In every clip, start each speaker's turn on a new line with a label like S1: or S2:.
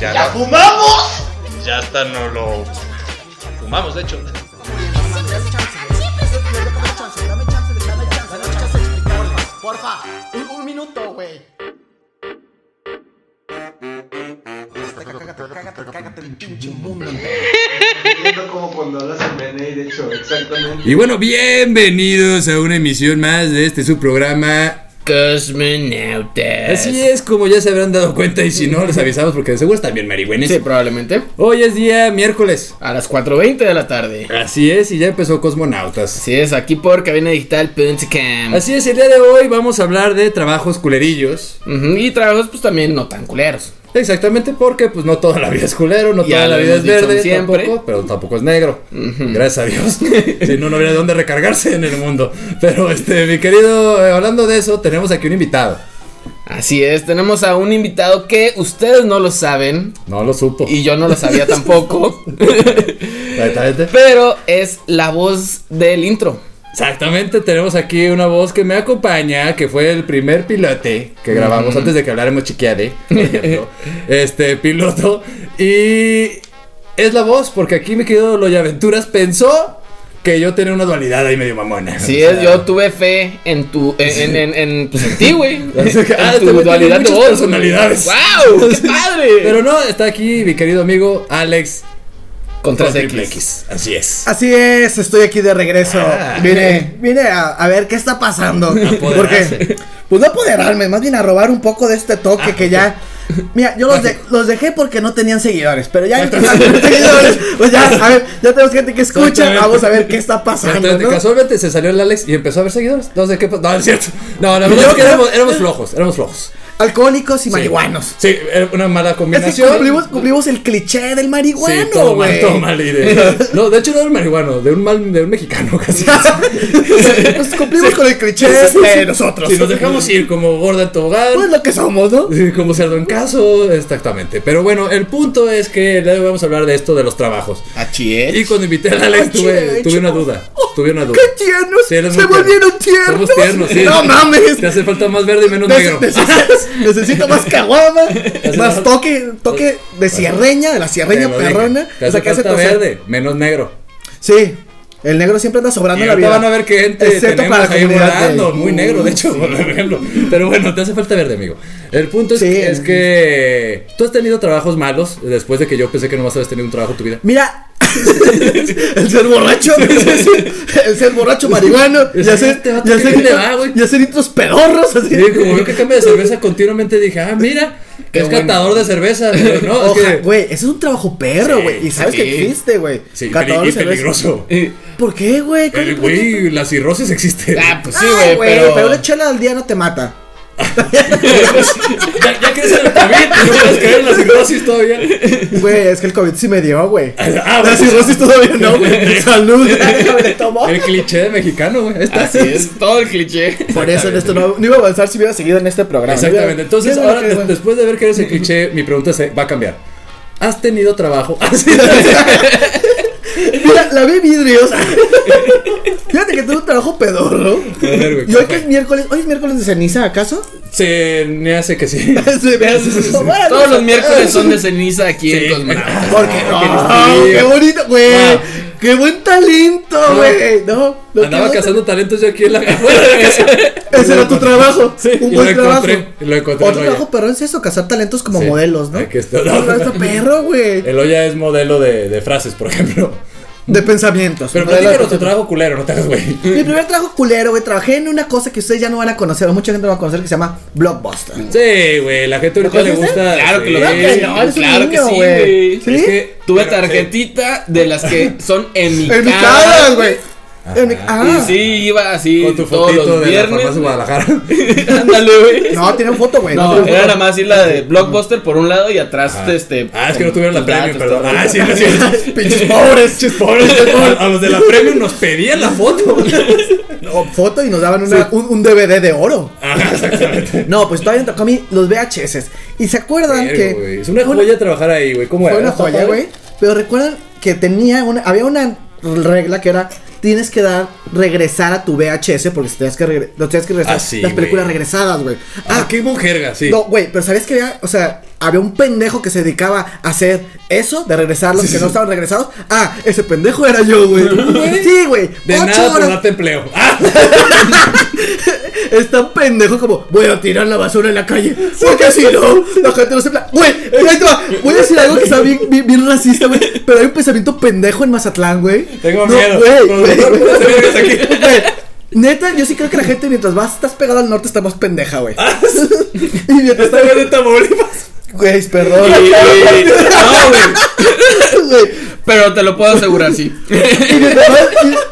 S1: Ya,
S2: ¿Ya
S1: no-
S2: fumamos?
S1: ya hasta no lo fumamos, de hecho.
S3: Porfa, un, un minuto, güey. Cágate, cágate, cágate el pinche mundo.
S4: Siento como cuando hablas en BNI, de hecho, exactamente.
S5: Y bueno, bienvenidos a una emisión más de este su programa.
S6: Cosmonautas.
S5: Así es, como ya se habrán dado cuenta y si no, les avisamos porque de seguro están bien marihuanes.
S6: Sí, probablemente.
S5: Hoy es día miércoles.
S6: A las 4.20 de la tarde.
S5: Así es, y ya empezó Cosmonautas.
S6: Así es, aquí por cabinadigital.cam.
S5: Así es, el día de hoy vamos a hablar de trabajos culerillos.
S6: Ujú, Y trabajos pues también no tan culeros.
S5: Exactamente porque pues no toda la vida es culero, no
S6: Ya
S5: toda la
S6: lo
S5: vida es
S6: hemos dicho
S5: verde,
S6: siempre.
S5: tampoco, pero tampoco es negro. Gracias a Dios. si no, no habría dónde recargarse en el mundo. Pero este, mi querido, eh, hablando de eso, tenemos aquí un invitado.
S6: Así es, tenemos a un invitado que ustedes no lo saben
S5: No lo supo.
S6: y yo no lo sabía tampoco.
S5: Exactamente.
S6: Pero es la voz del intro.
S5: Exactamente, tenemos aquí una voz que me acompaña, que fue el primer pilote que grabamos antes de que habláramos chiquiade, por ejemplo. este piloto. Y es la voz, porque aquí mi querido Loyaventuras pensó que yo tenía una dualidad ahí medio mamona.
S6: Así
S5: O
S6: es,
S5: sea,
S6: yo tuve fe en tu. en, en, en, en- pues, en ti, güey.
S5: O sea, que, ah,
S6: en
S5: este
S6: tu
S5: güey tiene
S6: dualidad de
S5: muchas
S6: voz.
S5: personalidades.
S6: ¡Wow! ¡Qué padre!
S5: Pero no, está aquí mi querido amigo Alex
S6: con
S5: con
S6: 3
S5: triple
S6: X.
S5: X. Así es.
S3: Así es, estoy aquí de regreso.
S5: Ah.
S3: Vine, vine a, a ver qué está pasando. Porque, pues no apoderarme, más bien a robar un poco de este
S5: Ah,
S3: toque que ya. Mira, yo los, de- los dejé porque no tenían seguidores, pero ya empezaron a tener seguidores. Pues ya, a ver, ya tenemos gente que escucha.
S5: Exactamente.
S3: Vamos a ver qué está pasando.
S5: Entonces,
S3: Ah, ¿no?
S5: Casualmente se salió el Alex y empezó a ver seguidores. No sé qué pasó. No, es cierto. No, la verdad es
S3: Yo
S5: que
S3: creo-
S5: éramos, éramos flojos. Éramos flojos.
S3: Alcohólicos y marihuanos.
S5: Sí, era una mala
S3: Es que
S5: combinación.
S3: cumplimos, cumplimos el cliché del
S5: Sí,
S3: marihuano,
S5: todo mal,
S3: güey.
S5: todo mal idea. No, de hecho no era un marihuano, de un mal, de un mexicano casi.
S3: Ah, Pues cumplimos con el cliché
S5: Eh,
S3: de nosotros.
S5: Si nos dejamos ir como gorda en tobogán,
S3: Pues lo que somos, ¿no?
S5: sí, como cerdo en caso, exactamente. Pero bueno, el punto es que el día de hoy vamos a hablar de esto de los trabajos. Y cuando invité a Alex
S3: Ay,
S5: tuve,
S3: che,
S5: tuve
S3: che.
S5: una duda, tuve una duda.
S3: ¡Qué tiernos!
S5: Sí, eres
S3: ¡Se
S5: muy
S3: volvieron
S5: tierno.
S3: tiernos!
S5: Somos tiernos, sí.
S3: ¡No mames!
S5: Te hace falta más verde y menos
S3: Nece-
S5: negro.
S3: neces- necesito más caguama, más toque, toque de sierreña, de la
S5: Te
S3: sierreña
S5: lo dije.
S3: perrona.
S5: Te hace falta
S3: toser.
S5: verde, menos negro.
S3: Sí, el negro siempre anda sobrando
S5: Y
S3: en la vida.
S5: ahorita van a ver que gente
S3: Excepto
S5: tenemos
S3: para la
S5: ahí
S3: comunidad
S5: volando,
S3: gay.
S5: muy negro, de hecho, por ejemplo. Pero bueno, te hace falta verde, amigo. El punto es,
S3: Sí.
S5: es que tú has tenido trabajos malos después de que yo pensé que nomás habías tenido un trabajo en tu vida.
S3: Mira, el ser borracho, el ser borracho marihuano,
S5: Es
S3: y
S5: que
S3: hacer,
S5: este vato
S3: y
S5: que
S3: hacer,
S5: le va, güey.
S3: y hacer intros pedorros, así.
S5: Sí, como veo que cambia de cerveza continuamente, dije, ah, mira,
S6: Qué
S5: es
S6: bueno.
S5: catador de cerveza. Pero no, es
S3: Oja,
S5: que-
S3: güey, eso es un trabajo perro,
S5: Sí,
S3: güey. y sabes
S6: sí.
S3: que existe, güey.
S5: Sí,
S3: Catador
S5: peli- y
S3: de cerveza.
S5: peligroso.
S3: ¿Por qué, güey? ¿Cuál-
S5: Pero,
S3: por qué?
S5: Güey, la cirrosis existe.
S6: Ah, pues sí,
S3: Ay,
S6: güey, pero.
S3: pero una chela al día no te mata.
S5: ya, ya crees en el COVID, no puedes creer en la cirrosis todavía.
S3: Güey, es que el COVID sí me dio, güey.
S5: Ah,
S3: La
S5: bueno,
S3: cirrosis todavía no, güey. Salud. Déjame le tomo.
S5: el cliché de mexicano, güey. ahí está.
S3: Ah,
S6: Así es, todo el cliché.
S3: Por eso en esto no, no iba a avanzar si hubiera seguido en este programa.
S5: Exactamente.
S3: Mira,
S5: Entonces,
S3: mira lo
S5: ahora,
S3: que,
S5: des-
S3: güey.
S5: después de ver que eres el cliché, mi pregunta se va a cambiar. ¿Has tenido trabajo? Ah, sí.
S3: Mira, lavé vidrios. Fíjate que tuve un trabajo pedorro.
S5: ver, güey,
S3: Y hoy que es miércoles. ¿Hoy es miércoles de ceniza, acaso?
S5: se me hace que sí.
S3: Se me hace- Bueno,
S6: Todos los miércoles son de ceniza aquí
S5: Sí.
S6: en Cosmonautas.
S3: Porque
S5: Ah,
S3: no, qué bonito, güey.
S5: Ah.
S3: Qué buen talento, güey. No, no
S5: Andaba
S3: qué-
S5: cazando talentos yo aquí en la afuera de la casa.
S3: Ese era tu trabajo.
S5: Sí,
S3: un
S5: y
S3: buen
S5: lo
S3: trabajo.
S5: encontré, y lo encontré en
S3: Otro
S5: Loya.
S3: trabajo perro es eso, cazar talentos como
S5: Sí.
S3: modelos, ¿no?
S5: Aquí está.
S3: Otro trabajo perro, güey.
S5: El Oya es modelo de, de frases, por ejemplo.
S3: De pensamientos.
S5: Pero
S3: Modelo de
S5: platícanos tu
S3: pensamientos.
S5: trabajo culero, no te hagas, güey.
S3: Mi primer trabajo culero, güey. Trabajé en una cosa que ustedes ya no van a conocer, o mucha gente no va a conocer, que se llama Blockbuster.
S5: Sí, güey, la gente ahorita
S3: ¿Lo
S5: le
S3: conoces?
S5: gusta.
S6: Claro que lo
S5: sí.
S3: Claro que
S6: ves.
S3: no, eres un
S6: Claro que
S3: niño,
S6: sí,
S3: güey.
S6: güey.
S3: ¿Sí?
S5: Es que
S6: Tuve
S5: pero-
S6: tarjetita de las que son en mi
S3: En mi
S6: cara.
S3: cara, güey. En mi- ah.
S6: Y sí, iba así
S5: Con tu
S6: todos
S5: fotito
S6: los
S5: de la
S6: viernes.
S5: farmacia Guadalajara.
S6: Ándale, güey.
S3: No, tiene foto, güey.
S6: No,
S3: tienen
S6: era
S3: foto.
S6: nada más ir la de Blockbuster por un lado y atrás este.
S5: Ah, es que no tuvieron la
S6: tus datos,
S5: premium, perdón.
S6: todo.
S5: Ah, sí, no es cierto.
S3: Pinches pobres, chis pobres.
S5: A, a los de la premium nos pedían la foto.
S3: No, foto y nos daban una- un, un DVD de oro.
S5: Ajá, exactamente.
S3: No, pues todavía me tocó a mí los VHS. Y se acuerdan que.
S5: Verga, güey. Es una joya trabajar ahí, güey. ¿Cómo
S3: Fue
S5: era?
S3: una joya, güey. Pero recuerdan que tenía una. Había una regla que era. Tienes que dar. Regresar a tu VHS. Porque si tenías que, regre- lo tenías que regresar.
S5: Ah, sí,
S3: las películas
S5: güey.
S3: regresadas, güey.
S5: Ah, qué mujerga, sí.
S3: No, güey, pero sabías que había, o sea, había un pendejo que se dedicaba a hacer eso, de regresar los que no estaban regresados. Ah, ese pendejo era yo, güey. sí, güey.
S5: De
S3: ocho
S5: nada pues, por
S3: horas.
S5: darte empleo. Ah,
S3: Es tan pendejo como voy a tirar la basura en la calle. Porque si no, la gente no se pla- Güey, ahí te va. Voy a decir algo que está bien, bien, bien racista, güey. Pero hay un pensamiento pendejo en Mazatlán, güey.
S5: Tengo
S3: No,
S5: miedo.
S3: güey,
S5: No,
S3: güey,
S5: no, no,
S3: güey.
S5: no te vengas aquí.
S3: Güey, Neta, yo sí creo que la gente mientras vas, estás pegado al norte, está más pendeja, güey. y mientras
S5: Esta vez Ah, de Tamaulipas.
S3: Güey, perdón.
S6: Y- y- no, güey.
S3: güey.
S6: Pero te lo puedo asegurar, sí.
S3: Y, mientras vas-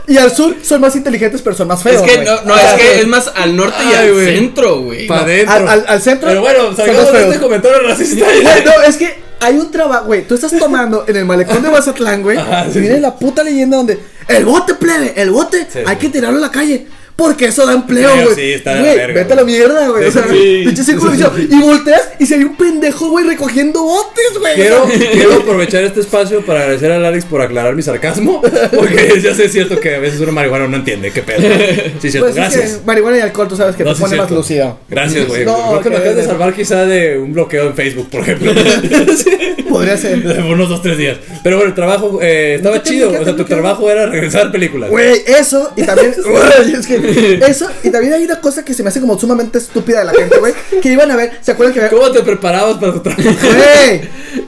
S3: y- y al sur son más inteligentes, pero son más feos.
S6: Es que
S3: güey.
S6: no, no, es que es más al norte y
S5: Ay,
S6: al
S5: güey.
S6: centro, güey.
S5: Pa' adentro.
S3: Al, al- al centro.
S5: Pero bueno,
S3: son
S5: salgamos
S3: más
S5: de
S3: feos.
S5: este comentario racista.
S3: Güey, no, es que hay un trabajo, güey. Tú estás tomando en el malecón de Mazatlán, güey.
S5: Ajá, sí.
S3: Y viene la puta leyenda donde el bote, plebe, el bote,
S5: Sí,
S3: hay
S5: sí.
S3: que tirarlo a la calle. Porque eso da empleo,
S5: Empleo,
S3: güey.
S5: sí, está de la
S3: Güey,
S5: verga,
S3: Vete a la
S5: güey.
S3: mierda, güey. O sea,
S5: Sí.
S3: pinche círculo vicioso. Y volteas y se ve un pendejo, güey, recogiendo botes, güey.
S5: Quiero,
S3: O sea,
S5: quiero aprovechar este espacio para agradecer al Alex por aclarar mi sarcasmo. Porque ya sé, es cierto que a veces uno marihuana no entiende. Qué pedo. Sí, es cierto.
S3: Pues es
S5: Gracias.
S3: que marihuana y alcohol, tú sabes que
S5: No,
S3: te
S5: sí,
S3: pone más
S5: cierto.
S3: lucido.
S5: Gracias, güey.
S3: No,
S5: Creo que me
S3: qué
S5: acabas de
S3: verga.
S5: salvar quizá de un bloqueo en Facebook, por ejemplo.
S3: Podría ser.
S5: Por unos dos, tres días. Pero bueno, el trabajo eh, estaba
S3: No te
S5: chido.
S3: bloquea,
S5: O sea,
S3: te
S5: tu
S3: bloquea.
S5: trabajo era regresar películas.
S3: Güey, eso y también. Güey, es que eso y también hay una cosa que se me hace como sumamente estúpida de la gente, güey. Que iban a ver, ¿se acuerdan que había
S5: ¿Cómo te preparabas para tu trabajo?
S3: Güey,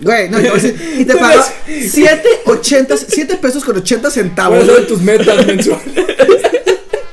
S3: güey, no, yo sí. y te pagó 7.80, 7 pesos con 80 centavos.
S5: ¿Cuáles eran tus metas mensuales?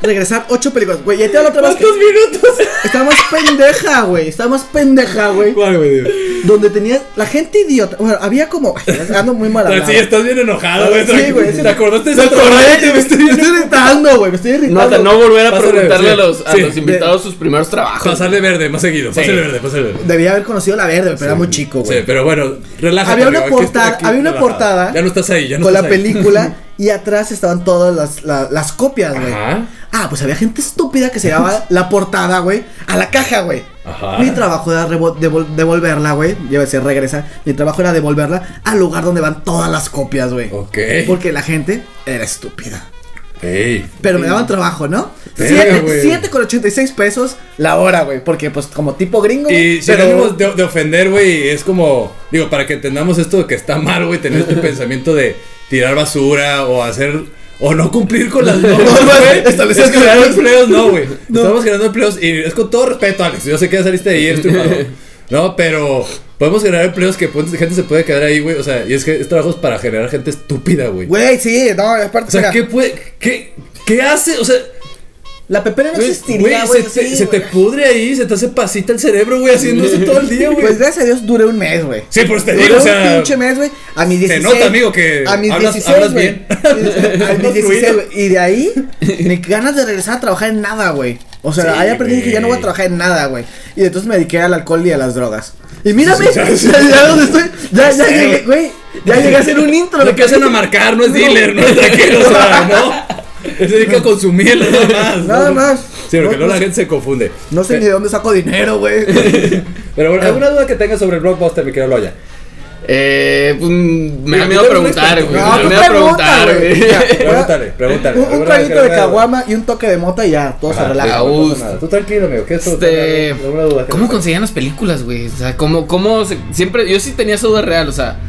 S3: Regresar 8 películas, güey. Y ahí te hablo otra vez.
S5: ¿Cuántos minutos?
S3: Estaba más pendeja, güey. Estaba más pendeja, güey.
S5: ¿Cuál, güey?
S3: Donde tenías la gente idiota. Bueno, había como. Ay, ando muy mal hablado.
S5: Sí, estás bien enojado, güey.
S3: Sí, güey.
S5: ¿Te acordaste de
S3: Me
S5: ese trabajo?
S3: acordé, Me estoy irritando, güey. Me estoy
S6: No,
S3: irritando.
S6: hasta no volver a
S5: Pásale,
S6: preguntarle a
S5: sí.
S6: los, a
S5: Sí,
S6: los
S5: de-
S6: invitados sus primeros trabajos.
S5: Pasarle verde, más seguido. Pasarle verde, pasarle verde.
S3: Debía haber conocido la verde, pero era muy chico, güey.
S5: Sí, pero bueno, relájate.
S3: Había una
S5: amigo, aquí
S3: portada-
S5: estoy, aquí,
S3: había una
S5: relajado.
S3: portada
S5: Ya no estás ahí, ya no
S3: con la
S5: estás ahí.
S3: película y atrás estaban todas las, la- las copias, güey.
S5: Ajá.
S3: Ah, pues había gente estúpida que se llevaba la portada, güey, a la caja, güey.
S5: Ajá.
S3: Mi trabajo era revo- devol- devolverla, güey. Yo decía regresar. Mi trabajo era devolverla al lugar donde van todas las copias, güey.
S5: Ok.
S3: Porque la gente era estúpida.
S5: Ey.
S3: Pero me daban trabajo, ¿no?
S5: Verga,
S3: 7
S5: güey.
S3: con 86 pesos la hora, güey. Porque, pues, como tipo gringo.
S5: Y
S3: güey,
S5: sin ánimos de, de ofender, güey, es como, digo, para que entendamos esto de que está mal, güey, tener este pensamiento de tirar basura o hacer, o no cumplir con las normas,
S3: No,
S5: güey.
S3: güey, establecer
S5: Es crear
S3: reglas.
S5: empleos, no, güey. Estamos creando empleos y es con todo respeto, Alex, yo sé que ya saliste de ahí, eres triunfador. No, pero podemos generar empleos que pues, gente se puede quedar ahí, güey, o sea, y es que es trabajos para generar gente estúpida, güey.
S3: Güey, sí, no, aparte.
S5: O sea,
S3: mira,
S5: ¿qué puede, qué, qué hace? O sea...
S3: La pepera no
S5: Güey,
S3: existiría,
S5: güey,
S3: güey.
S5: se, te,
S3: sí,
S5: se te
S3: güey.
S5: pudre ahí, se te hace pasita el cerebro, güey, haciendo eso todo el día, güey.
S3: Pues gracias a Dios duré un mes, güey.
S5: Sí, pues te
S3: Duré
S5: digo, o
S3: un
S5: sea,
S3: pinche mes, güey. A mis
S5: se
S3: 16.
S5: nota, amigo, que
S3: A mis
S5: hablas-
S3: 16,
S5: hablas
S3: güey.
S5: bien.
S3: A mis
S5: Hablas
S3: 16,
S5: fluido.
S3: güey. Y de ahí, ni ganas de regresar a trabajar en nada, güey. O sea,
S5: Sí,
S3: ahí aprendí que ya no voy
S5: güey.
S3: a trabajar en nada, güey. Y entonces me dediqué al alcohol y a las drogas. Y mírame, ya,
S5: sí.
S3: ya donde estoy. Ya, ya
S5: Sí,
S3: llegué, güey. Ya llegué a hacer un intro.
S5: Lo que hacen a marcar no es dealer, no es tranquilo, o sea, no. Se dedica a consumir nada más.
S3: Nada
S5: ¿no?
S3: más.
S5: Sí, porque
S3: No,
S5: luego la
S3: no-
S5: gente se confunde.
S3: No sé ni de dónde saco dinero, güey.
S5: Pero bueno, ¿alguna duda que tengas sobre el blockbuster, mi querido Loya?
S6: Eh, pues, me da
S5: Pero
S6: miedo
S5: tú eres
S6: preguntar,
S5: experto,
S6: güey.
S3: No,
S6: Me
S3: tú
S6: da miedo
S3: pregunta,
S6: preguntar,
S3: güey.
S6: güey.
S3: Ya.
S5: Pregúntale, pregúntale.
S3: Un, un
S5: ¿Alguna
S3: traguito
S5: duda que
S3: de
S5: tengas?
S3: caguama y un toque de mota y ya, todo se
S5: Ajá,
S3: relaja.
S5: sí,
S6: güey.
S5: no
S6: Uf.
S5: pasa nada. Tú tranquilo, amigo, que esto.
S6: Ah, Este,
S5: ¿Alguna duda que
S6: ¿Cómo
S5: tengas?
S6: conseguían las películas, güey? O sea, ¿cómo, cómo se- siempre, yo sí tenía esa duda real, o sea,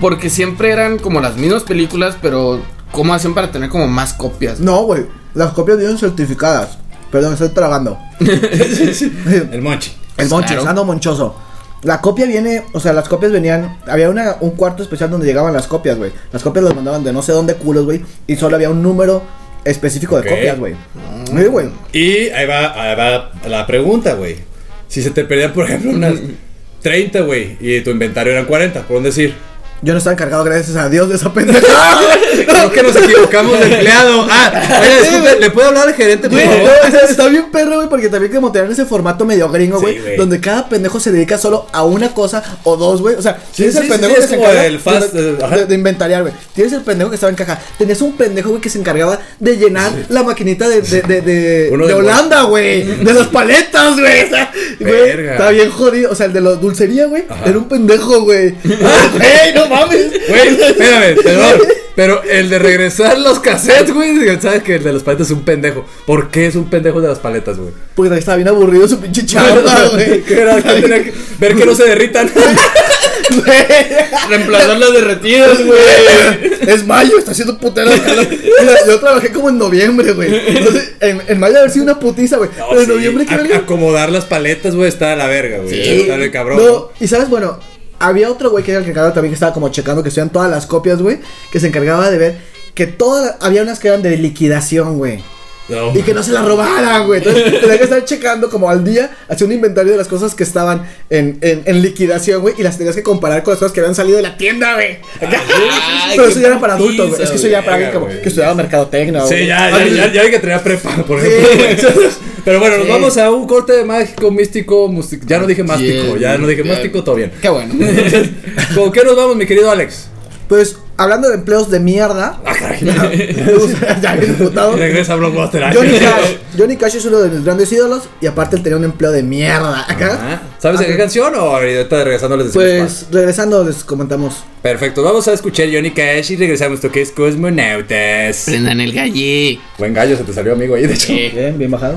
S6: porque siempre eran como las mismas películas, pero ¿cómo hacían para tener como más copias?
S3: No, güey. Las copias vienen certificadas. Perdón, estoy tragando. El
S5: El Monchi.
S6: Pues
S3: moncho,
S6: claro.
S3: ando monchoso. La copia viene, o sea, las copias venían. Había una, un cuarto especial donde llegaban las copias, güey. Las copias las mandaban de no sé dónde culos, güey. Y solo había un número específico
S5: Ok.
S3: de copias, güey. Sí, güey.
S5: Y ahí va, ahí va la pregunta, güey. Si se te perdían, por ejemplo, unas 30, güey, y tu inventario eran 40, por un decir.
S3: Yo no estaba encargado, gracias a Dios, de esa pendejada.
S5: Creo que nos equivocamos de empleado. Ah, oye, disculpe, ¿le puedo hablar al gerente, por
S3: Güey,
S5: favor?
S3: no, o sea, está bien perro, güey, porque también que montaron ese formato medio gringo,
S5: Sí,
S3: güey,
S5: güey.
S3: donde cada pendejo se dedica solo a una cosa o dos, güey. O sea, tienes
S5: sí,
S3: el
S5: sí,
S3: pendejo
S5: sí,
S3: que
S5: es
S3: se
S5: como
S3: encarga
S5: el fast,
S3: de,
S5: eh, ajá.
S3: de- de inventariar, güey. Tienes el pendejo que estaba en caja. Tenías un pendejo, güey, que se encargaba de llenar la maquinita de, de, de, de,
S5: Uno
S3: de
S5: de
S3: Holanda, güey. De las paletas, güey. O sea, güey,
S5: Verga.
S3: está bien jodido. O sea, el de la dulcería, güey,
S5: Ajá.
S3: era un pendejo, güey. ¡Ey, no mames!
S5: Güey, espérame, perdón. Pero el de regresar los cassettes, güey, digo, sabes que el de las paletas es un pendejo. ¿por qué es un pendejo de las paletas, güey?
S3: Porque estaba bien aburrido su pinche chamba, güey.
S5: Que era- que tenía que- ver que no se derritan.
S6: Reemplazar las derretidas, güey.
S3: Es mayo, está haciendo putero de calor. Mira, yo trabajé como en noviembre, güey. Entonces, en, en mayo haber sido una putiza, güey.
S5: No,
S3: Pero en
S5: sí,
S3: noviembre que
S5: ac-
S3: valía-
S5: acomodar las paletas, güey, está a la verga, güey. Está de cabrón.
S3: No, y sabes, bueno, había otro güey que era el que encargaba también que estaba como checando que estuvieran todas las copias, güey, que se encargaba de ver que todas había unas que eran de liquidación, güey.
S5: No.
S3: Y que no se las robaran, güey. Entonces tenía que estar checando como al día, hacía un inventario de las cosas que estaban en, en, en liquidación, güey. Y las tenías que comparar con las cosas que habían salido de la tienda, güey. Pero eso ya era para adultos, güey. Es que eso ya para alguien
S5: verga,
S3: como
S5: güey.
S3: que estudiaba mercadotecnia,
S5: Sí,
S3: güey.
S5: ya, ya,
S3: Alguien-
S5: ya, ya hay que traer prepa, por
S3: Sí,
S5: ejemplo. güey.
S3: güey.
S5: Pero bueno, nos
S3: Sí.
S5: vamos a un corte de mágico, místico, mústico. Ya no dije mástico, ya no dije
S6: Bien.
S5: mástico, todo bien.
S6: Qué bueno.
S5: ¿Con qué nos vamos, mi querido Alex?
S3: Pues hablando de empleos de mierda,
S5: Ah, caray.
S3: ya bien putado.
S5: Regresa a Blockbuster. ah.
S3: Johnny Cash. Johnny Cash es uno de mis grandes ídolos y aparte él tenía un empleo de mierda.
S5: Ajá.
S3: Acá.
S5: Ah, ¿Sabes de qué canción o ahorita regresando les decimos
S3: Ah, Pues regresando les comentamos.
S5: cuál? Perfecto, vamos a escuchar Johnny Cash y regresamos. Esto que es Cosmonautas.
S6: Prendan el galle.
S5: Buen gallo, se te salió amigo ahí, de hecho.
S3: Bien, bien bajado.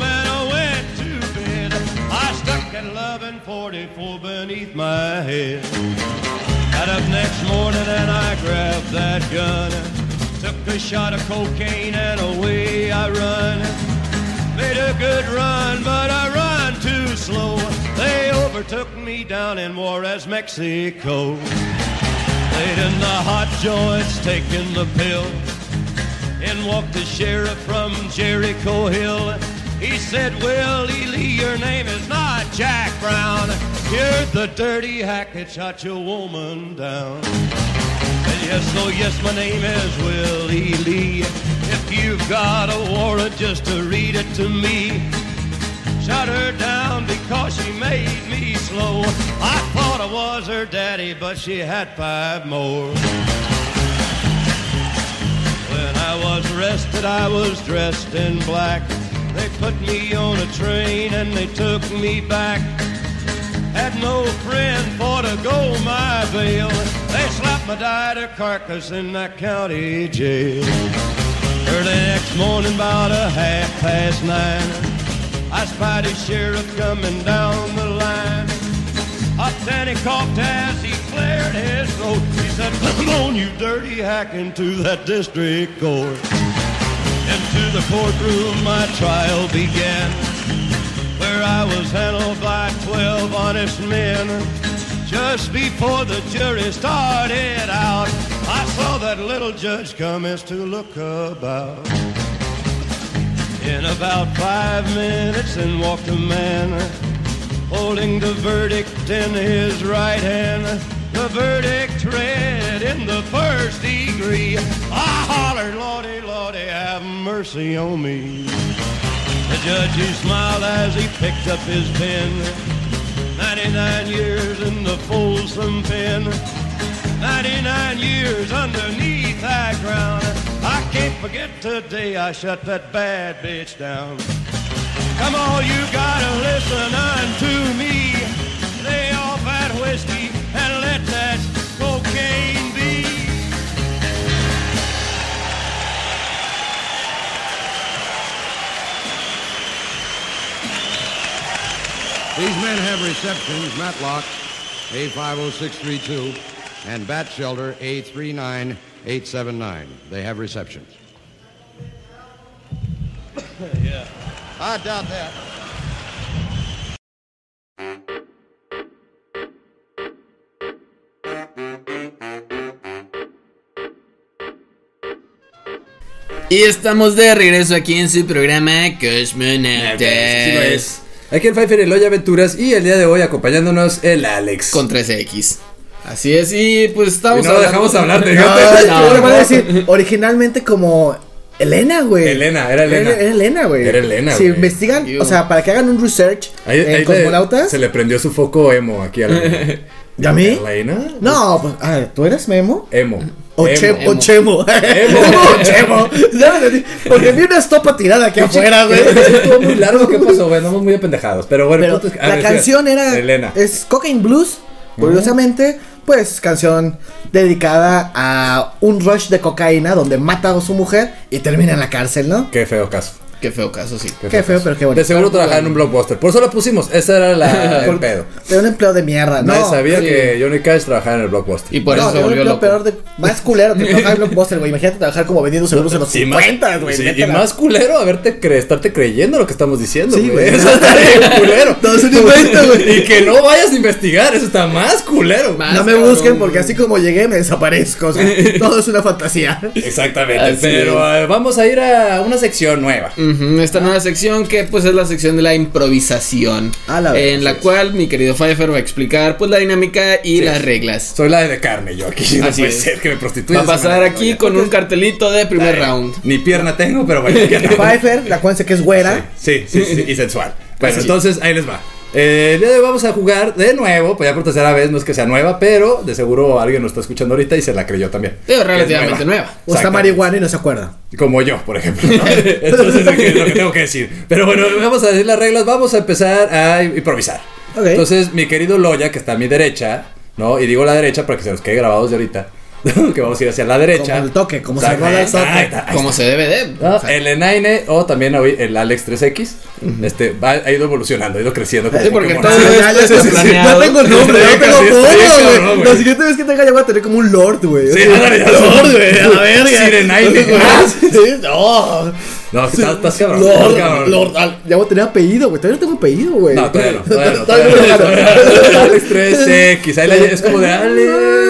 S7: and I went to bed. I stuck at 1144 beneath my head. Got up next morning and I grabbed that gun. Took a shot of cocaine and away I run. Made a good run, but I run too slow. They overtook me down in Juarez, Mexico. Laid in the hot joints, taking the pill. In walked the sheriff from Jericho Hill. He said, Willie Lee, your name is not Jack Brown. You're the dirty hack that shot your woman down. Well, Yes, oh yes, my name is Willie Lee. If you've got a warrant, just to read it to me. Shut her down because she made me slow. I thought I was her daddy, but she had five more. When I was arrested, I was dressed in black. They put me on a train and they took me back. Had no friend for to go my bail. They slapped my died carcass in that county jail. Early next morning, about a half past nine, I spied a sheriff coming down the line. Up then he coughed as he cleared his throat. He said, "Come on, you dirty hack, into that district court." Into the courtroom, my trial began where I was handled by 12 honest men. Just before the jury started out, I saw that little judge commence to look about. In about five minutes, in walked a man holding the verdict in his right hand. The verdict read in the first degree. I hollered, Lordy, Lordy, have mercy on me. The judge he smiled as he picked up his pen. 99 years in the Folsom pen. 99 years underneath that ground. I can't forget the day I shut that bad bitch down. Come on, you gotta listen unto me. Lay off that whiskey and let that cocaine be. These men have receptions, Matlock A50632 and Bat Shelter A39879. They have receptions. yeah. I doubt that.
S6: Y estamos de regreso aquí en su programa
S5: Ah, pues,
S6: Cosmonautas.
S5: Aquí en Pfeiffer, Eloy Aventuras y el día de hoy acompañándonos el Alex.
S6: Con 3X. Así es, y pues estamos
S5: Y no dejamos hablar de-
S3: No,
S5: No,
S3: es que
S6: no,
S3: yo le voy a
S6: Ah, no.
S3: decir, originalmente como Elena, güey.
S5: Elena, era Elena.
S3: Era, era Elena, güey.
S5: Era Elena,
S3: Si
S5: güey.
S3: investigan,
S6: Ew.
S3: o sea, para que hagan un research
S5: Ahí-
S3: en
S5: ahí le-
S3: cosmonautas.
S5: se le prendió su foco emo aquí a la
S3: ¿Y a mí?
S5: Elena.
S3: No, pues, a ver, ¿tú eres Memo?
S5: Emo.
S3: O,
S5: Emo.
S3: Chemo, o
S5: Emo.
S3: Chemo.
S5: Emo.
S3: o Chemo. Ya me entendí, Porque vi una estopa tirada aquí afuera, güey.
S5: Estuvo muy largo, ¿qué pasó? Bueno, vamos muy apendejados. Pero bueno, el
S3: Pero
S5: punto es que- a
S3: la
S5: ver,
S3: canción
S5: espera.
S3: era.
S5: Elena.
S3: Es Cocaine Blues. Curiosamente, pues canción dedicada a un rush de cocaína donde mata a su mujer y termina en la cárcel, ¿no?
S5: Qué feo caso.
S6: Qué feo caso, sí.
S3: Qué feo, pero qué bonito.
S5: De seguro trabajaba en un blockbuster. Por eso la pusimos. Ese era la, el
S3: Por-
S5: pedo.
S3: Era un empleo de mierda, ¿no?
S5: Nadie sabía
S6: sí.
S5: que Johnny Cash trabajaba en el blockbuster.
S6: Y por
S3: no,
S6: eso se
S3: era un
S6: volvió
S3: empleo
S6: loco.
S3: peor de, más culero que trabajar en Blockbuster, güey. Imagínate trabajar como vendiendo seguros en los
S5: Y más-
S3: 50, güey.
S5: sí, y
S3: neta, la-
S5: más culero haberte cre- estarte creyendo lo que estamos diciendo,
S3: Sí,
S5: güey.
S3: güey.
S5: Eso está bien culero.
S3: No, es un invento, güey.
S5: Y que no vayas a investigar, eso está más culero.
S6: Más.
S3: No me
S6: cabrón,
S3: busquen porque
S6: güey.
S3: así como llegué me desaparezco. o sea, todo es una fantasía.
S5: Exactamente.
S6: Así
S5: pero eh, vamos a ir a una sección nueva.
S6: Ujú, esta nueva sección que pues es la sección de la improvisación.
S3: A la verga,
S6: en la
S3: sí.
S6: cual mi querido Pfeiffer va a explicar pues la dinámica y las reglas.
S5: Soy la de carne, yo aquí. No
S6: Así
S5: puede
S6: es.
S5: ser que me prostituya.
S6: Va a pasar aquí con un cartelito de primer round.
S5: Ni pierna tengo, pero bueno. ya no.
S3: Pfeiffer, acuérdense que es güera.
S5: Sí, sí, sí, y sensual. Bueno,
S3: Pues
S6: Sí.
S5: entonces ahí les va. Eh, el día de hoy vamos a jugar de nuevo, pues ya por tercera vez, no es que sea nueva, pero de seguro alguien nos está escuchando ahorita y se la creyó también.
S6: Pero
S5: Que es
S6: relativamente nueva.
S3: O está
S5: Exactamente.
S3: marihuana y no se acuerda.
S5: Como yo, por ejemplo. ¿no? Entonces lo que, lo que tengo que decir. Pero bueno, vamos a decir las reglas, vamos a empezar a improvisar.
S3: Ok.
S5: Entonces, mi querido Loya, que está a mi derecha, ¿no? Y digo la derecha para que se nos quede grabados de ahorita. que vamos a ir hacia la derecha.
S3: Como el toque, como se
S5: Exacto.
S3: rola el toque.
S5: Ahí está, ahí está.
S6: Como se debe de.
S5: ¿no?
S6: o sea,
S5: Ah, el Enaine o también hoy el Alex 3X este, va- ha ido evolucionando, ha ido creciendo. como
S6: Sí, porque
S5: Pokémon.
S6: todo
S5: Sí,
S6: esto está planeado.
S3: Ya tengo el nombre,
S5: Sí,
S3: ya tengo
S5: sí,
S3: todo,
S5: sí, cabrón,
S3: güey.
S5: güey.
S3: La siguiente vez que tenga ya voy a tener como un lord, güey.
S5: Sí, ándale, ya lo- Sirenaine. Ah, sí.
S3: No.
S5: No, que estás, estás cabrón. estás
S3: Oh, Lord,
S5: cabrón.
S3: Lord, al- ya voy a tener apellido, güey. Todavía no tengo apellido, güey.
S5: No, todavía no. Todavía no.
S3: Todavía
S5: todavía no,
S3: no,
S5: todavía no. Alex 3X. Ahí la, es como de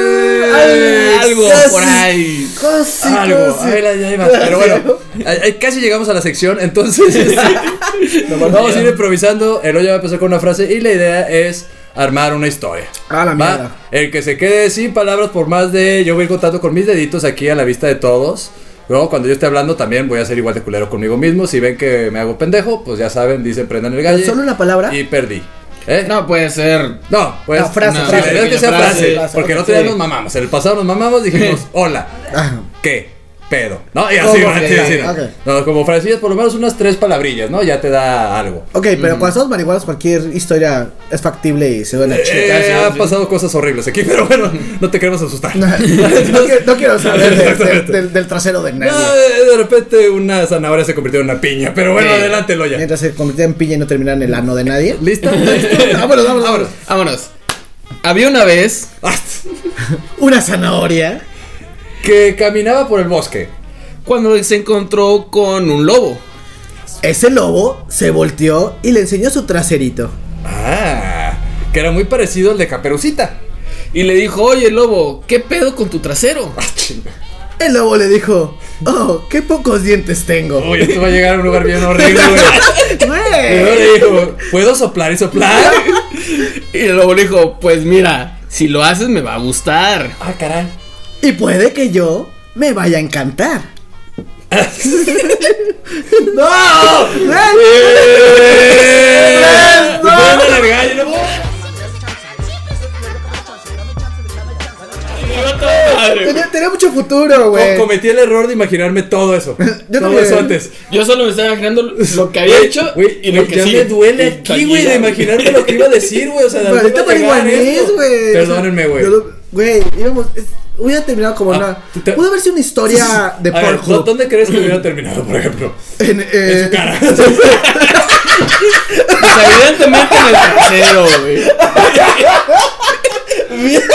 S5: Alex.
S6: Algo
S3: Casi.
S6: por ahí.
S3: Casi,
S5: Algo.
S3: casi.
S5: Ahí la llevas. Pero bueno, ahí- ahí casi llegamos a la sección. Entonces, este, vamos a ir improvisando. El hoyo va a empezar con una frase. Y la idea es armar una historia.
S3: A Ah, la
S5: Va,
S3: mierda.
S5: El que se quede sin palabras por más de. Yo voy a ir contando con mis deditos aquí a la vista de todos. Luego, cuando yo esté hablando, también voy a ser igual de culero conmigo mismo. Si ven que me hago pendejo, pues ya saben, dicen prendan el gallo.
S3: ¿Solo una palabra?
S5: Y perdí. ¿Eh?
S6: No puede ser.
S5: No, pues.
S3: No, frase,
S5: sí,
S3: frase,
S5: la idea es que sea
S6: pequeña
S5: frase.
S3: frase.
S5: Porque
S3: Ok,
S5: no otro día
S3: sí.
S5: nos mamamos. En el pasado nos mamamos, dijimos, hola,
S3: Ajá.
S5: ¿qué? Pedo. No, y así,
S3: ¿Cómo
S5: ¿no?
S3: que?
S5: Sí, sí, no.
S3: Ok.
S5: No, como fracillas, por lo menos unas tres palabrillas, ¿no? Ya te da algo.
S3: Ok, pero cuando somos marihuanos, cualquier historia es factible y se duele
S5: Eh,
S3: chica.
S5: ha pasado cosas horribles aquí, pero bueno, no te queremos asustar.
S3: No, qui- no quiero saber de-
S5: Exactamente.
S3: de- del- del trasero de nadie.
S5: No, eh, de repente una zanahoria se convirtió en una piña, pero bueno,
S6: Sí.
S5: adelante, Loya.
S3: Mientras se convirtiera en piña y no terminara en el ano de nadie.
S5: ¿Lista? ¿Listo?
S3: Vámonos, vámonos, vámonos.
S6: Vámonos. Había una vez
S5: Ah,
S3: Una zanahoria.
S5: que caminaba por el bosque.
S6: cuando se encontró con un lobo.
S3: Ese lobo se volteó y le enseñó su traserito.
S5: Ah, que era muy parecido al de Caperucita.
S6: Y le dijo, oye lobo, ¿qué pedo con tu trasero?
S5: Ah,
S3: El lobo le dijo, oh, qué pocos dientes tengo.
S5: Uy, esto va a llegar a un lugar bien horrible, güey. Y luego
S3: Güey.
S5: le dijo, ¿puedo soplar y soplar?
S6: Y el lobo le dijo, pues mira, si lo haces me va a gustar.
S5: Ah, caray.
S3: Y puede que yo me vaya a encantar. ¡No! Tenía, tenía mucho futuro, güey.
S5: Cometí el error de imaginarme todo eso.
S3: Pues. Yo
S5: todo
S3: también.
S5: eso antes.
S6: Yo solo me estaba imaginando lo que había
S5: Güey,
S6: hecho
S5: güey,
S6: y lo
S5: güey,
S6: que
S5: ya me
S6: sigue.
S5: duele
S6: Puta
S5: aquí, güey, de
S6: mierda.
S5: imaginarme lo que iba a decir, güey. O sea, de dónde
S3: Maldito
S5: va a llegar
S3: marihuanés,
S5: esto.
S3: güey.
S5: Perdónenme, güey.
S3: Yo lo- Güey, íbamos. es- hubiera terminado como
S5: Ah, tú te-
S3: una. Pudo haber sido una historia de
S5: A ver, ¿dó-
S3: Pornhub.
S5: ¿Dónde crees que hubiera terminado, por ejemplo?
S3: En, eh,
S5: En su cara.
S6: Pues, evidentemente en el trasero, güey.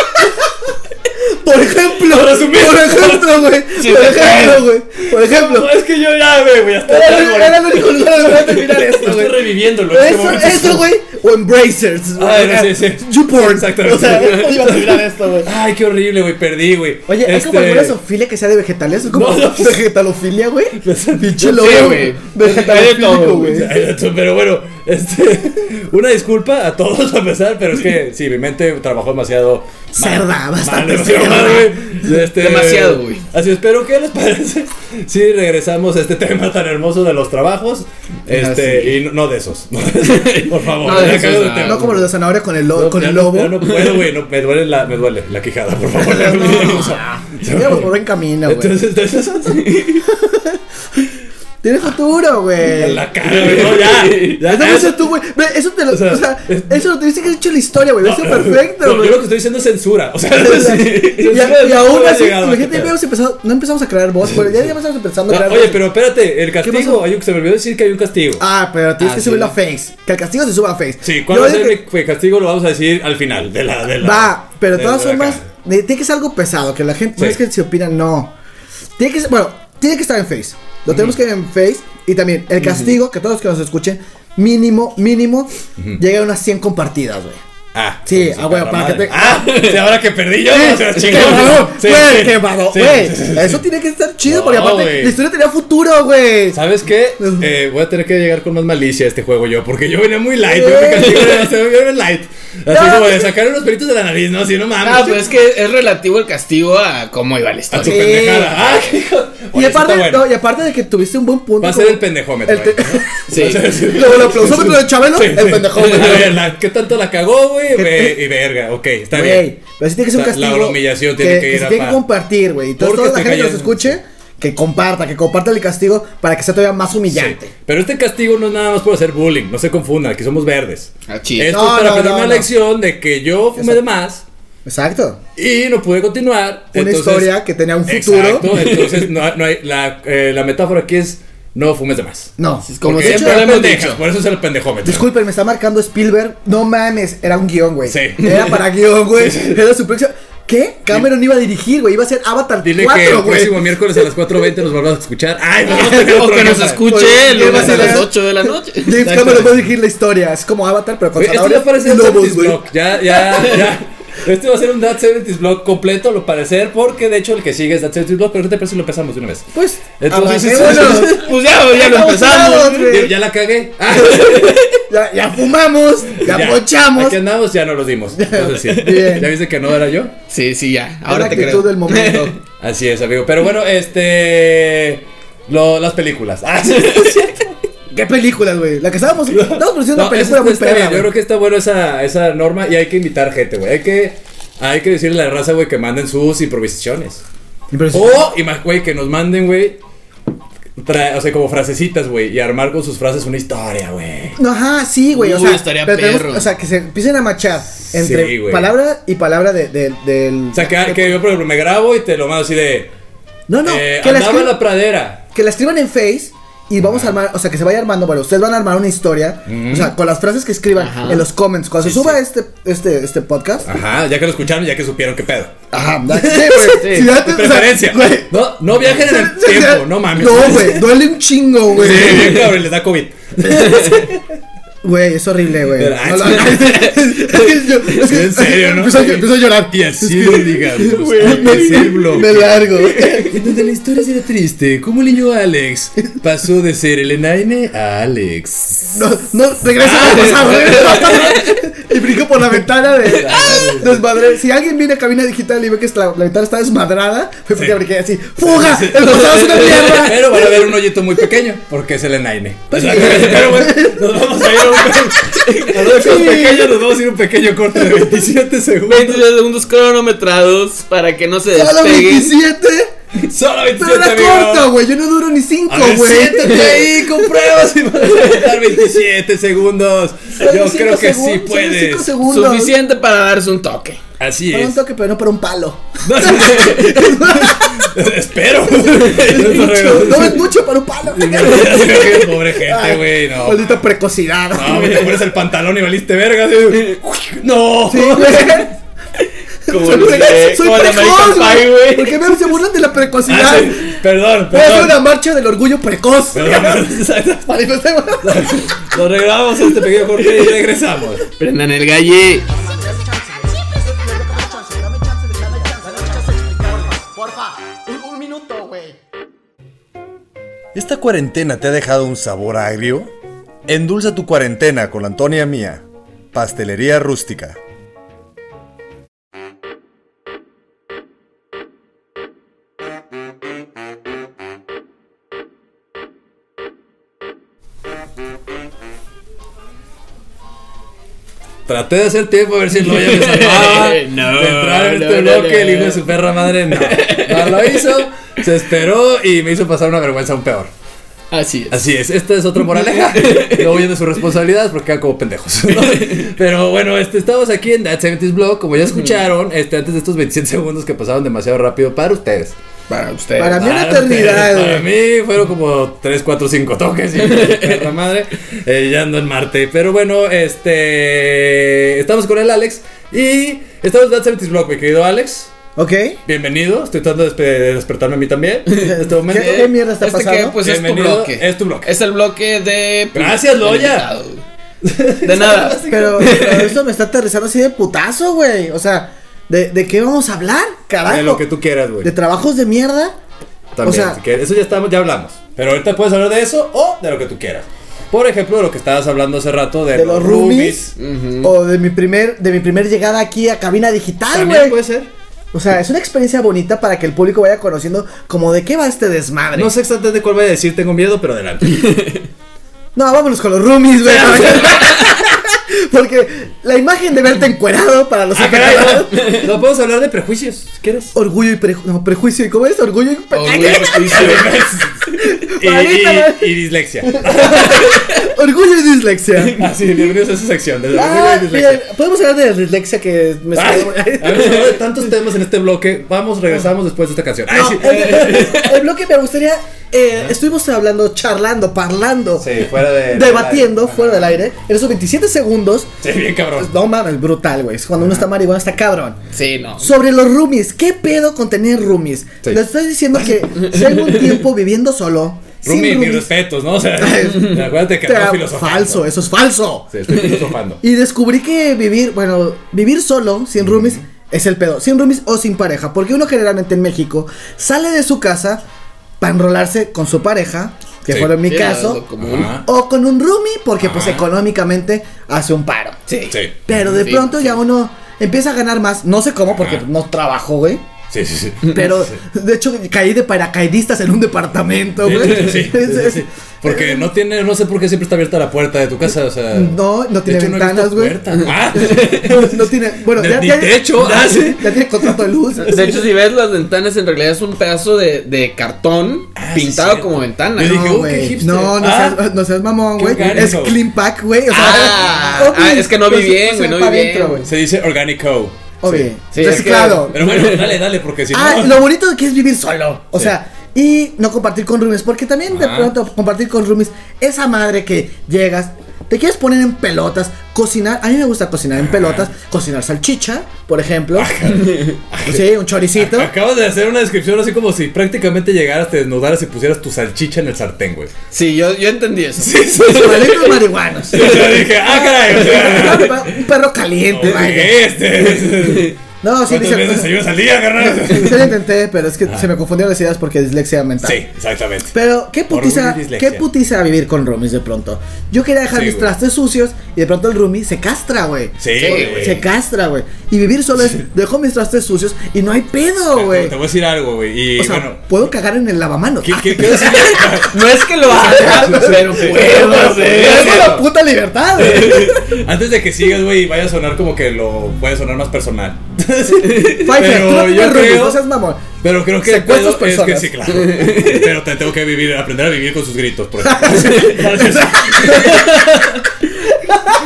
S3: Por ejemplo,
S5: Para resumir.
S3: por ejemplo, güey.
S6: Sí,
S3: por
S6: te
S3: ejemplo, güey. Por ejemplo.
S5: No, es que yo ya, güey, güey, hasta
S3: Era,
S5: tengo-
S3: era el único lugar donde iba a terminar esto,
S5: Estoy
S3: güey.
S5: reviviéndolo. en este
S3: Eso,
S5: momento.
S3: eso, güey. O embracers. güey.
S5: Ah, no, sí, sí.
S3: YouPorn.
S5: Exactamente.
S3: O sea, esto iba a terminar esto, güey.
S5: Ay, qué horrible, güey, perdí, güey.
S3: Oye, ¿hay como
S5: Este-
S3: alguna zoofilia que sea de vegetales? ¿O como
S5: No, no.
S3: vegetalofilia, güey? Pinche
S6: Sí,
S3: lobo
S6: güey. Hay de
S3: vegetalofílico,
S6: todo,
S3: güey.
S5: Ay, no, tú, Pero bueno, este, una disculpa a todos a pesar, pero es que sí, mi mente trabajó demasiado mal. Ah,
S3: Cerda, bastante
S5: demasiado
S3: cerda.
S5: mal, güey. Este,
S6: Demasiado, güey.
S5: Así espero que les parece. Sí, regresamos a este tema tan hermoso de los trabajos. Este, y no, no de esos. Por favor,
S6: No de
S5: ya
S6: esos,
S5: cambio de
S6: no.
S5: tema.
S3: No como los de zanahoria con el, lo-
S5: No,
S3: con
S5: ya
S3: el
S5: no-
S3: lobo.
S5: ya no puedo, güey, no, me duele la me duele la quijada, por favor. O sea,
S3: Íbamos por buen camino, güey.
S5: Entonces, entonces
S3: Tienes futuro, güey.
S5: la cara, güey. No, ya. ya,
S3: Eso
S5: ya.
S3: no sé tú, güey. Ve, Eso te lo. O
S5: O sea,
S3: sea,
S5: es-
S3: eso lo tuviste que haber hecho en la historia, güey. Lo hizo perfecto,
S5: No,
S3: güey.
S5: yo lo que estoy diciendo es censura. O sea,
S3: Y,
S5: sí,
S3: a- y
S5: censura
S3: aún
S5: ha
S3: así,
S5: llegado,
S3: imagínate,
S5: ¿qué
S3: ya
S5: pedo?
S3: habíamos empezado, no empezamos a crear voz, pero ya, ya empezamos empezando a
S5: Ah,
S3: crear
S5: Oye,
S3: voz.
S5: pero espérate, el
S3: pasó?
S5: castigo. Hay un, se me olvidó decir que hay un castigo.
S3: Ah, pero tienes
S5: Ah,
S3: que
S5: sí.
S3: subirlo a Face. Que el castigo se suba a Face.
S5: sí,
S3: Yo
S5: ¿cuál va a
S3: digo
S5: ser
S3: que-
S5: el el castigo? Lo vamos a decir al final de la. De la
S3: Va, pero de
S5: de-
S3: todas
S5: de la
S3: formas,
S5: caja.
S3: ne- tiene que ser algo pesado, que la gente, no
S5: Sí.
S3: es que se opina, no. Tiene que ser, bueno, tiene que estar en Face. Lo tenemos que ver en Face y también el castigo, que todos los que nos escuchen, mínimo, mínimo, llega a unas 100 compartidas, güey.
S5: Ah,
S3: Sí,
S5: pues,
S3: ah, güey,
S5: perra
S3: para que
S5: madre.
S3: te-
S5: Ah, sí, ahora que perdí yo. o sea,
S3: ¡Eh! ¡Qué
S5: chingón.
S3: varón!
S5: Sí,
S3: ¡Güey,
S5: sí,
S3: qué varón,
S5: sí,
S3: güey!
S5: sí, sí, sí.
S3: Eso tiene que estar chido,
S5: No,
S3: porque aparte
S5: güey.
S3: la historia tenía futuro, güey.
S5: ¿Sabes qué? Eh, voy a tener que llegar con más malicia a este juego yo, porque yo venía muy light, yo me castigo demasiado, yo era light. Así
S3: No,
S5: como de
S3: pues-
S5: sacar unos pelitos de la nariz, ¿no? Así no mames.
S6: Ah, pues es que es relativo el castigo a cómo iba la
S5: A tu
S6: historia.
S3: Sí.
S5: pendejada. Ah, qué hijo.
S3: Y
S5: Oye, eso
S3: aparte,
S5: está bueno.
S3: no, y aparte de que tuviste un buen punto.
S5: Va a ser
S3: como-
S5: el pendejómetro.
S3: el te-
S5: ahí, ¿no?
S6: Sí.
S3: Luego el aplausómetro de Chabelo,
S5: Sí,
S3: el
S5: sí.
S3: pendejómetro.
S5: A ver, la- ¿Qué tanto la cagó, güey?
S3: ¿Qué
S5: Ve-
S3: te-
S5: Y verga, ok, está
S3: Güey,
S5: bien.
S3: pero sí tiene que ser un
S5: O sea, la
S3: castigo.
S5: humillación tiene que ir
S3: se
S5: a
S3: tiene que
S5: pa-
S3: compartir, güey. Y toda,
S5: Porque
S3: toda la gente
S5: estoy
S3: que nos
S5: cayendo.
S3: escuche, que comparta, que comparta el castigo para que sea todavía más
S5: Sí.
S3: humillante.
S5: Pero este castigo no es nada más por hacer bullying, no se confundan, aquí somos verdes.
S6: Ah, chido.
S5: Esto
S3: No,
S5: es para
S3: no,
S5: aprender
S3: no,
S5: una
S3: no.
S5: lección de que yo fumé de más
S3: Exacto.
S5: y no pude continuar.
S3: Una
S5: entonces-
S3: historia que tenía un futuro.
S5: Exacto, entonces no, no hay, la, eh, la metáfora aquí es no fumes de más.
S3: No.
S6: Es como
S5: Porque
S3: Porque de hecho,
S6: siempre
S5: eran
S6: lo hemos
S5: pendejas,
S6: dicho.
S5: Por eso es el pendejómetro.
S3: Disculpen, me está marcando Spielberg. No mames, era un guión, güey.
S5: Sí.
S3: Era para guión, güey. Era su próxima. ¿Qué? Cameron iba a dirigir, güey. Iba a ser Avatar
S5: Dile que
S3: 4,
S5: el
S3: güey.
S5: próximo miércoles a las 4.20 nos volvamos a escuchar. Ay, no, no tengo
S6: O
S5: otro
S6: que nos
S5: tema.
S6: escuche el
S3: Oye,
S6: lunes a
S3: ¿qué
S6: las
S3: pasa?
S6: 8 de la noche.
S3: James Cameron va a dirigir la historia. Es como Avatar, pero con
S5: Güey, Esto
S3: zanahorias
S5: ya parece
S3: y
S5: un
S3: lobos,
S5: 70's
S3: güey.
S5: Block. Ya, ya, ya. Este va a ser un That 70's Block completo, a lo parecer, porque de hecho el que sigue es That 70's Block, pero ¿qué te parece si lo empezamos de una vez?
S3: Pues,
S5: Entonces-
S3: avancémonos.
S6: Pues ya, ya lo
S3: Estamos
S6: empezamos.
S3: parados, güey.
S5: Ya la cagué. Ah,
S3: Ya, ya fumamos, ya, pochamos.
S5: Aquí andamos, ya no los dimos. Entonces, sí.
S3: Bien.
S5: ¿Ya viste que no era yo?
S6: Sí, sí, ya.
S3: Ahora
S6: Ahora
S3: la
S6: te creo.
S3: actitud del momento.
S5: Así es, amigo. Pero bueno, este. lo- las películas. Ah, sí.
S3: ¿Qué películas, güey? La que estábamos. Estamos produciendo
S5: No, eso
S3: una película
S5: está-
S3: muy
S5: está
S3: perra.
S5: bien, Yo
S3: güey.
S5: creo que está bueno esa, esa norma y hay que invitar gente, güey. Hay que, hay que decirle a la raza, güey, que manden sus improvisaciones. O, ima- güey, que nos manden, güey. tra- O sea, como frasecitas, güey. Y armar con sus frases una historia, güey.
S3: No, ajá, sí, güey. O
S6: Uy,
S3: sea,
S6: estaría
S3: pero tenemos-
S6: perro.
S3: o sea, que se empiecen a machar entre
S5: Sí, güey.
S3: palabra y palabra de- de- del.
S5: O sea, que, que yo, por ejemplo, me grabo y te lo mando así de.
S3: no, no,
S5: eh,
S3: que, la
S5: andaba en
S3: escri-
S5: la pradera.
S3: que la escriban en Face. Y vamos a armar, o sea, que se vaya armando, bueno, ustedes van a armar una historia, o sea, con las frases que escriban
S6: Ajá.
S3: en los comments, cuando se suba este, este, este podcast.
S5: Ajá, ya que lo escucharon, ya que supieron qué pedo.
S3: Ajá, sí,
S6: Sí.
S3: güey. Si
S5: De
S3: ya te- o sea,
S5: preferencia.
S3: güey.
S5: No, no viajen en el
S3: Se- se-
S5: tiempo, no mames.
S3: No, güey, duele un chingo, güey.
S5: Sí, bien, cabrón, les da COVID.
S3: Güey, es horrible, güey.
S5: Pero, ay,
S3: No lo-
S5: Ah, sí.
S3: es que yo- es que- pues,
S5: En serio, ¿no?
S3: Empiezo a, empiezo a llorar.
S5: Y así
S3: Es que-
S5: le digamos.
S3: Güey,
S5: que es el
S3: me,
S5: bloque.
S3: me largo.
S5: Entonces la historia será triste. ¿Cómo el niño Alex pasó de ser el enaine a Alex?
S3: No, no, regresa al pasado. regresa
S5: Ah,
S3: al pasado. Y brinco por la ventana de desmadre. Si alguien viene a cabina digital y ve que la, la ventana está desmadrada, fue porque
S5: Sí.
S3: brinqué así. ¡Fuga! ¡El pasado es una mierda!
S5: Pero van a ver un hoyito muy pequeño porque es el enaine. E.
S3: Pues
S5: O sea, Pero bueno, nos vamos a ir a un, a los
S3: Sí.
S5: pequeños, nos vamos a ir a un pequeño corte de 27 segundos.
S6: 22 segundos cronometrados para que no se
S3: Solo
S6: despegue.
S3: 27.
S5: Solo
S3: Pero
S5: 27
S3: era corto, güey. Yo no duro ni 5,
S5: A ver,
S3: güey.
S5: siéntate ahí, comprueba si vas a contar 27 segundos. Yo creo que sí puedes.
S3: 5 segundos.
S6: Suficiente para darse un toque.
S5: Así
S3: Para un
S5: es.
S3: toque, pero no para un palo.
S5: Espero.
S3: Mucho, no es mucho para un palo.
S5: Pobre gente, güey, no. Ah,
S3: Maldita precocidad.
S5: No, güey, te pones el pantalón y valiste verga. así. No.
S3: Sí, güey.
S5: Como
S3: Soy,
S5: los de-
S3: pre- soy
S5: como la
S3: precoz,
S5: American Pie,
S3: güey.
S5: güey.
S3: ¿Por qué me se burlan de la precocidad?
S5: Ah, sí. Perdón,
S3: Voy a hacer
S5: perdón.
S3: una marcha del orgullo precoz.
S5: Perdón.
S3: Manifestemos.
S5: Lo regrabamos a este pequeño corte y regresamos.
S6: Prendan el galle.
S8: ¿Esta cuarentena te ha dejado un sabor agrio? Endulza tu cuarentena con la Antonia Mía, Pastelería Rústica.
S5: Traté de hacer tiempo a ver si el Loya me salvaba.
S6: No,
S5: de entrar en
S6: no,
S5: este
S6: no,
S5: bloque,
S6: no,
S5: el hijo de
S6: no.
S5: su perra madre no. No lo hizo, se esperó y me hizo pasar una vergüenza aún peor.
S6: Así es.
S5: Así es, esta es otra moraleja. No huyen de sus responsabilidades porque quedan como pendejos. ¿no? Pero bueno, este, estamos aquí en That 70s Blog. Como ya escucharon, este, antes de estos 27 segundos que pasaron demasiado rápido para ustedes.
S6: Para ustedes.
S3: Para mí una
S5: Para ustedes,
S3: eternidad,
S5: Para
S3: güey.
S5: mí fueron como 3, 4, 5 toques. Y perra madre. eh, ya ando en Marte. Pero bueno, este. Estamos con el Alex. Y estamos en That 70s Blog, mi querido Alex.
S3: ¿Ok? ¿Qué,
S5: Bienvenido. Estoy tratando de despe- de despertarme a mí también. En este momento.
S3: qué mierda está
S6: Este que
S3: pasando?
S6: pues es tu
S5: Bienvenido,
S6: bloque.
S5: es tu bloque.
S6: Es el bloque de.
S5: Gracias,
S6: del
S5: Loya.
S6: invitado. De nada.
S3: Pero, pero eso me está aterrizando así de putazo, güey. O sea, ¿de, de qué vamos a hablar? Carajo.
S5: De lo que tú quieras, güey.
S3: ¿De trabajos de mierda?
S5: También,
S3: O sea-
S5: si quieres. eso ya estamos, ya hablamos. Pero ahorita puedes hablar de eso o de lo que tú quieras. Por ejemplo, de lo que estabas hablando hace rato de,
S3: ¿De los roomies?
S6: Ujú.
S3: ¿O de mi primer de mi primer llegada aquí a cabina digital,
S5: También pues.
S3: güey?
S5: puede ser.
S3: O sea, es una experiencia bonita para que el público vaya conociendo como de qué va este desmadre.
S5: No sé exactamente cuál voy a decir, tengo miedo, pero adelante.
S3: No, vámonos con los roomies, güey. Porque la imagen de verte encuerado para los
S5: Ah, caray, no, no podemos hablar de prejuicios, si ¿quieres?
S3: Orgullo y preju- no, prejuicio. ¿Y cómo es? Orgullo y prejuicio.
S6: Orgullo y prejuicio.
S5: y,
S3: Ahorita,
S5: y- y dislexia.
S3: Orgullo y dislexia.
S5: Así, bienvenidos a esa sección. De
S3: Ah,
S5: la
S3: mira,
S5: dislexia.
S3: podemos hablar de dislexia que me
S5: Ah,
S3: sale-
S5: habíamos hablado de tantos temas en este bloque. Vamos, regresamos después de esta canción. Ay,
S3: No,
S5: sí.
S3: el, el bloque me gustaría. eh, estuvimos hablando, charlando, parlando,
S5: Sí, fuera de.
S3: debatiendo
S5: Ajá.
S3: fuera del aire. En esos 27 segundos.
S5: Sí, bien cabrón.
S3: No mames, brutal, güey. Es Cuando uno está marihuana, está cabrón.
S6: Sí, no.
S3: Sobre los roomies, ¿qué pedo con tener roomies?
S5: Sí.
S3: Les estoy diciendo que tengo un tiempo viviendo solo.
S5: Rumi,
S3: sin
S5: mis
S3: roomies.
S5: respetos, ¿no? O sea, acuérdate que
S3: Te-
S5: ando filosofando.
S3: falso, eso es falso.
S5: Sí, estoy filosofando.
S3: Y descubrí que vivir, bueno, vivir solo, sin roomies, es el pedo. Sin roomies o sin pareja. Porque uno generalmente en México sale de su casa para enrolarse con su pareja, que
S5: Sí.
S3: fue en mi
S6: Sí, Ah. era
S3: caso,
S6: lo común.
S5: Ajá.
S3: o con un roomie, porque pues
S5: Ajá.
S3: económicamente hace un paro.
S5: Sí. Sí.
S3: Pero de
S6: Sí,
S3: pronto
S6: sí.
S3: ya uno empieza a ganar más. No sé cómo, porque
S5: Ajá.
S3: no trabajo, güey.
S5: Sí, sí, sí.
S3: Pero, de hecho, caí de paracaidistas en un departamento,
S5: Sí,
S3: güey.
S5: sí,
S3: Es-
S5: sí,
S3: es-
S5: sí. Porque no tiene, no sé por qué siempre está abierta la puerta de tu casa, o sea.
S3: No, no
S5: de
S3: tiene
S5: hecho, he visto
S3: ventanas, güey.
S5: puerta. Ah,
S3: No tiene. Bueno,
S5: Ni-
S3: ya,
S5: ni
S3: ya-
S5: techo,
S3: ya-
S5: ah, sí.
S3: ya tiene contrato de luz.
S6: De hecho, si ves las ventanas, en realidad es un pedazo de, de cartón
S5: Ah, sí,
S6: pintado
S5: cierto.
S6: como ventana.
S5: Yo
S6: ¿no?
S5: dije,
S3: No,
S5: "Uh, qué
S3: güey.
S5: hipster".
S3: No, no,
S5: Ah.
S3: seas, no seas mamón,
S5: Qué
S3: güey. Es
S5: orgánico.
S3: clean pack, güey. O sea,
S6: Ah,
S3: obvio,
S6: ah, es que no vi
S3: pues,
S6: bien,
S3: o sea,
S6: güey, no vi
S3: pa'
S6: bien.
S3: dentro, güey.
S5: Se dice Organic Co.
S3: Obvio.
S6: Sí, es que-
S3: Reciclado.
S5: Pero bueno, dale, dale, porque si
S3: Ah,
S5: no.
S3: lo bonito que es vivir solo. O sea, y no compartir con roomies. Porque también de
S5: Ajá.
S3: pronto compartir con roomies, esa madre que llegas, te quieres poner en pelotas, cocinar. A mí me gusta cocinar en pelotas, cocinar salchicha, por ejemplo. Pues sí, un choricito.
S5: Acabas de hacer una descripción así como si prácticamente llegaras, te desnudaras y pusieras tu salchicha en el sartén, güey.
S6: Sí, yo, yo entendí eso.
S3: Paletos marihuanos.
S5: O sea, dije, ah, caray, o sea.
S3: Un perro caliente, vaya.
S5: ¿Qué este?
S3: No, sí,
S5: ¿Cuántas veces
S3: dice. pues,
S5: desayunas al día, carnal?
S3: Se lo intenté, pero es que se me confundieron las ideas porque dislexia mental.
S5: Ah. Sí, exactamente.
S3: Pero qué
S5: Por
S3: putiza,
S5: roomies dislexia.
S3: qué putiza vivir con roomies de pronto. Yo quería dejar
S5: Sí,
S3: mis
S5: güey.
S3: trastes sucios y de pronto el roomie se castra, güey.
S5: Sí, güey.
S3: Se castra, güey. Y vivir solo es, dejo mis trastes sucios y no hay pedo,
S5: Te,
S3: güey.
S5: te voy a decir algo, güey. Y
S3: O sea,
S5: bueno.
S3: puedo cagar en el lavamanos.
S5: ¿qué,
S3: Ah,
S5: qué, qué decir?
S6: No es que lo haga, pero puedo
S3: tengo
S6: hacer.
S3: la puta libertad, güey.
S5: Antes de que sigas, güey, y vaya a sonar como que lo puede sonar más personal.
S3: Vaya, tú no
S5: pero
S3: tienes
S5: yo
S3: roomies, no
S5: creo,
S3: seas mamón.
S5: pero creo que el
S3: secuestras
S5: pedo es que
S3: personas.
S5: sí, claro. Pero te tengo que vivir, aprender a vivir con sus gritos, por ejemplo.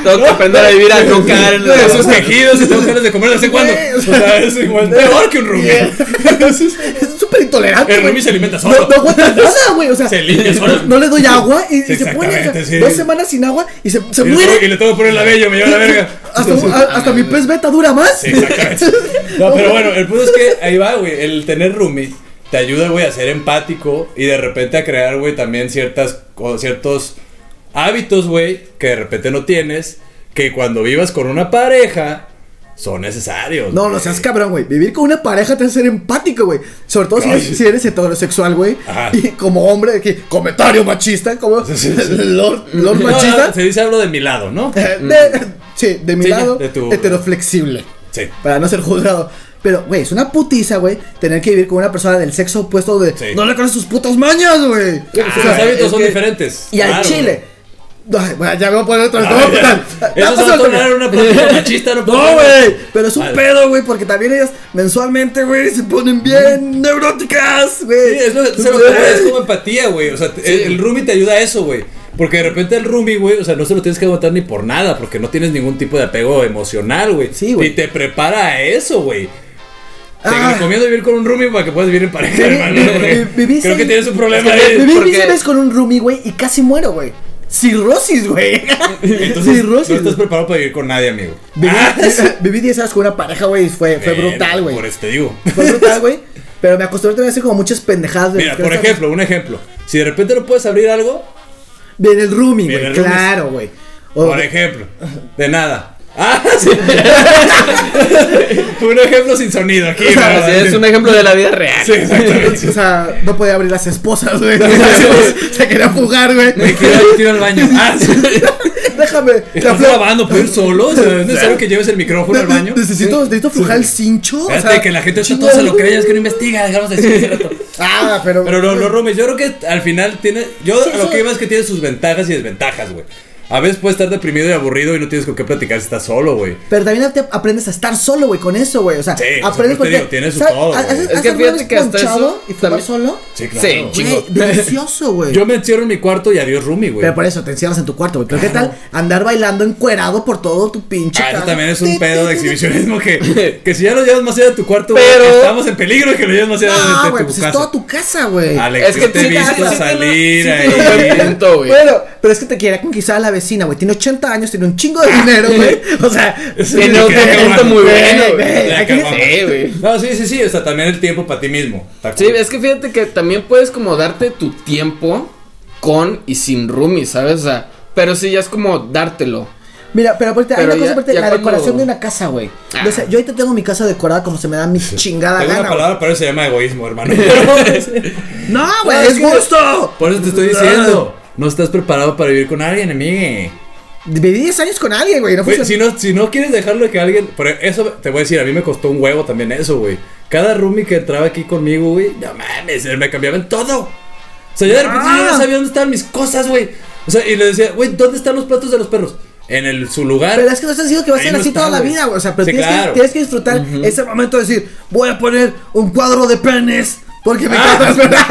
S6: Tengo que aprender a vivir a no cagar en
S5: Con sus
S6: la
S5: quejidos y tengo ganas de comer de vez en cuando. O sea, es igual peor que un rubio.
S3: Es súper intolerante.
S9: El
S3: güey.
S9: Rumi se alimenta
S3: No,
S9: solo.
S3: no aguantas nada, güey. O sea,
S9: Se limpia solo.
S3: no, no le doy agua y, y se pone
S9: Exactamente,
S3: o sea,
S9: sí.
S3: dos semanas sin agua y se, se
S9: Y le tengo-
S3: muere.
S9: Y le tengo que poner la bella, me lleva la verga.
S3: Hasta, a- hasta mi pez beta dura más.
S9: Exactamente.
S5: No, pero bueno, el punto es que ahí va, güey. El tener roomie te ayuda, güey, a ser empático y de repente a crear, güey, también ciertas, co- ciertos hábitos, güey, que de repente no tienes, que cuando vivas con una pareja son necesarios.
S3: No,
S5: güey.
S3: no seas cabrón, güey. Vivir con una pareja te hace ser empático, güey. Sobre todo si eres, si eres heterosexual, güey.
S5: Ajá.
S3: Y como hombre, que, comentario machista, como Lord, Lord
S5: No,
S3: machista.
S5: no, se dice algo de mi lado, ¿no?
S3: Eh, de- sí, de mi
S5: Sí, ya,
S3: lado,
S5: de tu-
S3: heteroflexible.
S5: Sí.
S3: Para no ser juzgado. Pero, güey, es una putiza, güey, tener que vivir con una persona del sexo opuesto de...
S5: Sí.
S3: No le conoces sus putas mañas, güey.
S5: Ah, los hábitos son diferentes.
S3: Y al
S5: claro,
S3: chile. Ay, bueno, ya me voy a poner otro...
S5: güey.
S3: no,
S5: Ah, ya.
S3: total. Ya
S5: Eso se
S3: pasó
S5: va a
S3: el toque.
S5: tornar una plática machista, no puedo
S3: No,
S5: creer.
S3: güey. Pero es un
S5: Vale.
S3: pedo, güey, porque también ellas mensualmente, güey, se ponen bien neuróticas,
S5: Sí,
S3: güey.
S5: es lo que se lo que es como empatía, güey. O sea, te- el, el roomie te ayuda a eso, güey. Porque de repente el roomie, güey, o sea, no se lo tienes que aguantar ni por nada, porque no tienes ningún tipo de apego emocional, güey.
S3: Sí, güey.
S5: Y te prepara a eso, güey.
S3: Ah.
S5: Te recomiendo vivir con un roomie para que puedas vivir en pareja,
S3: Viví-
S5: hermano.
S3: vi-
S5: porque
S3: vi- viví
S5: Creo que
S3: seis-
S5: tienes un problema
S6: Es que
S5: ahí.
S3: Viví
S6: Porque-
S3: mis veces con un roomie, güey, y casi muero, güey. Cirrosis, güey.
S5: Entonces, no
S3: Cirrosis.
S5: estás preparado para vivir con nadie, amigo.
S3: Viví, viví 10 años con una pareja, güey, y fue, fue
S5: Verga,
S3: brutal, güey.
S5: Ah, Por eso te digo.
S3: Fue brutal, güey. Pero me acostumbré también a hacer como muchas pendejadas. de
S5: Mira,
S3: que
S5: por
S3: no-
S5: ejemplo, un ejemplo. Si de repente no puedes abrir algo,
S3: Viene el roomie,
S5: Viene
S3: güey.
S5: el roomie.
S3: Claro, güey. O-
S5: Por ejemplo, de nada. Ah, sí. Un ejemplo sin sonido aquí. ¿verdad?
S6: Así es un ejemplo de la vida real.
S5: Sí, exactamente.
S3: O sea, no podía abrir las esposas, güey. Se quería fugar, güey.
S5: Me quiero ir quiero ir al baño. Ah, sí.
S3: Déjame.
S5: ¿Estás
S3: aflo-
S5: grabando? ¿Puedo ir solo? O sea, ¿Es necesario que lleves el micrófono al baño?
S3: Necesito, necesito aflojar el cincho. o
S5: Fíjate
S3: sea,
S5: que la gente está
S3: chingo,
S5: todo se lo
S3: güey.
S5: cree, es que no investiga, dejamos de decir hace rato.
S3: Ah, pero.
S5: Pero no, no, Romes, yo creo que al final tiene. Yo
S3: Sí,
S5: a lo
S3: sí.
S5: que iba es que tiene sus ventajas y desventajas, güey. A veces puedes estar deprimido y aburrido y no tienes con qué platicar si estás solo, güey.
S3: Pero también te aprendes a estar solo, güey, con eso, güey. O sea,
S5: Sí, o sea, por
S3: aprendes
S5: eso te digo, tiene su todo, güey. Es
S3: ¿Haces,
S6: que
S3: haces alguna
S6: fíjate
S3: vez
S6: que hasta eso
S3: ponchado y fumar
S6: también-
S3: solo?
S5: Sí,
S6: Sí,
S5: claro.
S6: chingo.
S3: Güey, delicioso, güey.
S5: Yo me encierro en mi cuarto y adiós, Rumi, güey.
S3: Pero por eso te encierras en tu cuarto, güey. Pero qué tal andar bailando encuerado por todo tu pinche.
S5: Ah, eso
S3: casa?
S5: también es
S3: Ti,
S5: un pedo de
S3: ti, ti, ti.
S5: exhibicionismo que, que si ya lo llevas más allá de tu cuarto, güey,
S6: Pero-
S5: estamos en peligro de que lo lleves más allá de- de,
S3: No, güey,
S5: tu
S3: pues es
S5: casa.
S3: toda tu casa, güey.
S5: Alex,
S6: Es
S5: es
S6: que
S5: que te he
S6: sí,
S5: visto
S6: claro, sí,
S5: salir
S6: sí,
S5: ahí.
S6: tiene un buen punto, güey.
S3: Bueno, pero es que te quería conquistar a la vecina, güey. Tiene 80 años, tiene un chingo de dinero, güey. O sea,
S6: Tiene
S5: sí,
S6: un
S5: que-
S6: talento muy
S3: Güey,
S6: bueno,
S3: güey,
S5: La
S3: hay
S6: güey.
S3: que-
S5: caguama.
S6: Sí, güey.
S5: No, sí, sí, sí. O sea, también el tiempo para ti mismo. Está
S6: Sí,
S5: cool.
S6: es que fíjate que también puedes como darte tu tiempo con y sin roomies, ¿sabes? O sea, pero sí ya es como dártelo.
S3: Mira, pero aparte, hay
S6: Pero
S3: una cosa
S6: ya-
S3: aparte,
S6: ya
S3: la
S6: cuando-
S3: decoración de una casa, güey. Yo, sé, yo ahorita tengo mi casa decorada como se me da mi chingada
S5: Tengo
S3: gana.
S5: una
S3: güey.
S5: palabra, pero eso se llama egoísmo, hermano.
S3: No, güey,
S5: No,
S3: es
S5: es que-
S3: gusto.
S5: Por eso te estoy diciendo. No estás preparado para vivir con alguien, amigue.
S3: Viví 10 años con alguien, güey. No
S5: Güey,
S3: fuiste
S5: si, no, si no quieres dejarlo que alguien. Por eso te voy a decir, a mí me costó un huevo también eso, güey. Cada roomie que entraba aquí conmigo, güey, no mames, me cambiaban todo. O sea, yo de repente yo
S3: Ah.
S5: ya sabía dónde estaban mis cosas, güey. O sea, y le decía, güey, ¿dónde están los platos de los perros? En el, su lugar.
S3: Pero es que no estás diciendo que va a
S5: Ahí
S3: ser
S5: no
S3: así
S5: está,
S3: toda la
S5: güey.
S3: vida, güey. O sea, pero
S5: Sí,
S3: tienes, que,
S5: claro.
S3: tienes que disfrutar ese momento de decir, voy a poner un cuadro de penes. Porque
S5: Ah.
S3: me encanta despertar.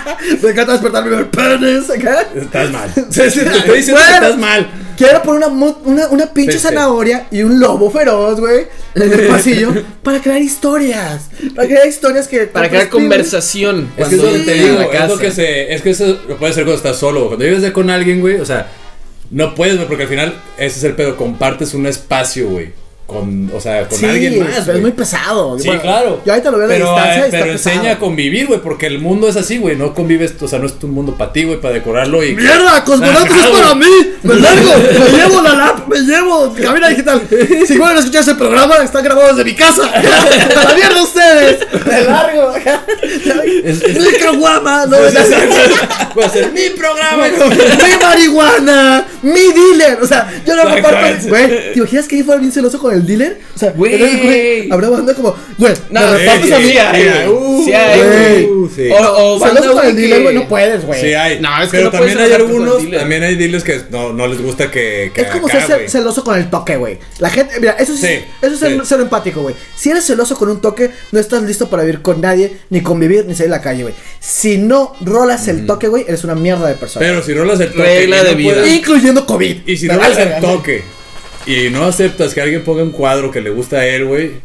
S3: me encanta despertarme y ver penes acá.
S5: Estás mal. Sí, sí, te estoy diciendo
S3: Bueno.
S5: que estás mal.
S3: Quiero poner una, mo- una, una pinche
S5: Sí, sí.
S3: zanahoria y un lobo feroz, güey, en el pasillo para crear historias. Para crear historias que.
S6: Para crear conversación.
S5: pues, Es que es lo que te
S6: entren a
S5: digo,
S6: la
S5: es lo
S6: casa.
S5: que se, es que eso lo puedes hacer cuando estás solo, güey. cuando vives de con alguien, güey, o sea, no puedes, güey, porque al final ese es el pedo, compartes un espacio, güey, con, o sea, con
S3: Sí,
S5: alguien más,
S3: pero
S5: güey.
S3: es muy pesado.
S5: Sí,
S3: Bueno,
S5: claro.
S3: Yo ahorita lo veo a la
S5: pero,
S3: distancia y
S5: eh,
S3: está
S5: pero
S3: pesado.
S5: enseña a convivir, güey, porque el mundo es así, güey, no convives, o sea, no es tu mundo para ti, güey, para decorarlo y
S3: ¡Mierda! ¡Cosmonautas es
S5: Ajá,
S3: para mí!
S5: güey.
S3: ¡Me largo! ¡Me llevo la lap! ¡Me llevo! ¡Cabina digital! Si pueden escuchar ese programa, está grabado desde mi casa. ¡A ¡La mierda ustedes! ¡Me largo! ¡Mi caguama! ¡No me
S5: voy a hacer mi programa.
S3: ¡Mi marihuana! ¡Mi dealer! O sea, yo no me parto.
S5: Exactamente.
S3: Güey, ¿te imaginas que ahí fuera bien celoso con el dealer? O sea,
S6: Güey.
S3: era el Habrá banda como, güey,
S6: No,
S3: me
S6: sí,
S3: repartes
S5: sí,
S3: a mí.
S5: sí, hay,
S6: Uh, sí hay,
S3: güey.
S5: Uh, sí.
S6: O, o banda,
S3: Celoso con
S6: güey,
S3: el dealer,
S6: que-
S3: güey, no puedes, güey.
S5: Sí hay.
S6: No, es que
S5: pero
S6: no puedes
S5: también hay
S6: enojarte con
S5: algunos,
S6: dealer.
S5: también hay dealers que no, no les gusta que, que
S3: Es como
S5: acá,
S3: ser cel-
S5: güey.
S3: celoso con el toque, güey. La gente, mira, eso sí,
S5: Sí,
S3: eso es ser,
S5: sí.
S3: ser empático, güey. Si eres celoso con un toque, no estás listo para vivir con nadie, ni convivir, ni salir a la calle, güey. Si no rolas el toque, güey, eres una mierda de persona.
S5: Mm. Pero si no lo aceptas,
S6: Regla
S5: que
S6: de
S5: no
S6: vida.
S5: puedes-
S3: Incluyendo COVID.
S5: Y si
S3: Me
S5: no
S3: vale
S5: vas al
S3: verga.
S5: toque y no aceptas que alguien ponga un cuadro que le gusta a él, güey,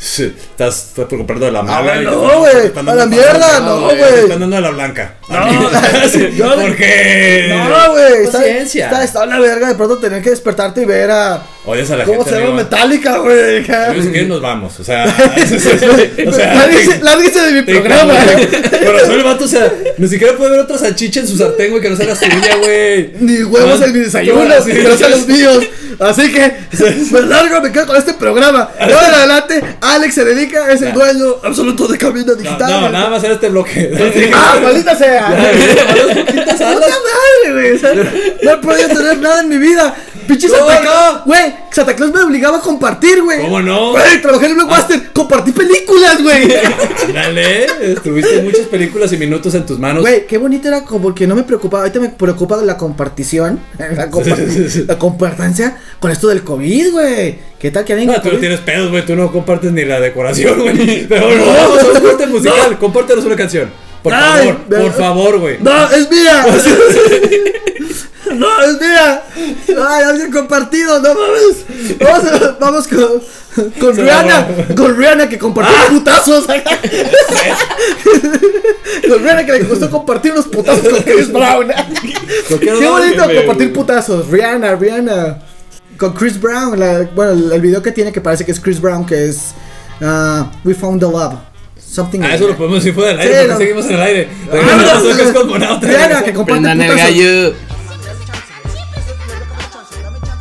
S5: Sí, Estás, estás preocupado de la mala.
S8: Ah,
S5: y
S8: no,
S5: te están-
S8: güey,
S5: te están
S8: a
S5: dando
S8: la mierda,
S5: blanca,
S8: no,
S5: te
S8: güey.
S5: Están dando a la blanca.
S8: Sí, yo-
S5: Porque.
S3: No, güey. Está,
S5: Conciencia.
S3: está, está la verga de pronto tener que despertarte y ver a.
S5: Odias a la
S3: ¿Cómo
S5: gente.
S3: se llama?
S5: amigo.
S3: Metallica, güey.
S5: ¿Sabes qué? Nos vamos. O sea. o sea,
S3: Lárguese lárguese de mi
S5: te-
S3: programa.
S5: Corazón el vato, o sea, ni siquiera puede ver otra salchicha en su sartén, güey, que no sea la suya, güey.
S3: Ni huevos en mi desayuno,
S5: Ahora Ah, sí.
S3: ni los los míos. Así que me largo, me quedo con este programa. De ahora en adelante, Alex se dedica, es el dueño absoluto de
S5: Ah.
S3: Camino
S5: No,
S3: Digital.
S5: no, nada más era este bloque.
S3: ¡Ah, maldita sea! ¡Puta madre, güey! O sea, no he podido tener nada en mi vida. ¡Pinche
S5: ¿Cómo
S3: Santa Claus! Güey, Santa Claus me obligaba a compartir, güey.
S5: ¿Cómo no? Ah.
S3: Güey, trabajé en el Blockbuster, compartí películas, güey.
S5: Dale, tuviste muchas películas y minutos en tus manos.
S3: Güey, qué bonito era como que no me preocupaba. Ahorita me preocupa la compartición, la, comparti- la compartancia con esto del COVID, güey. ¿Qué tal que alguien
S5: No,
S3: con
S5: Ah, tú no
S3: COVID?
S5: tienes pedos, güey. Tú no compartes ni la decoración, güey. Pero no, vamos a un corte musical. Compártenos una canción. Por
S3: Ay,
S5: favor,
S3: de-
S5: por favor, güey.
S3: ¡No, es mía! ¡No, es mía! ¡Ay, alguien compartido! ¡No mames! Vamos, a- vamos con, con
S5: Se
S3: Rihanna.
S5: mamó. Ah.
S3: Con Rihanna que compartió putazos. con Rihanna que le gustó compartir unos putazos con Chris Brown.
S5: Qué
S3: Qué bonito compartir putazos. Rihanna, Rihanna. Con Chris Brown. la- bueno, el, el video que tiene que parece que es Chris Brown, que es ah, We Found the Love. Something
S5: Ah,
S3: like
S5: eso lo
S3: that.
S5: podemos decir fuera del
S3: Sí,
S5: aire. porque
S3: no.
S5: Seguimos en el aire.
S3: Ah,
S5: Regresamos a Cosmonautas.
S3: Rihanna que comparte
S6: Prendan el
S3: putazos.
S6: gallo.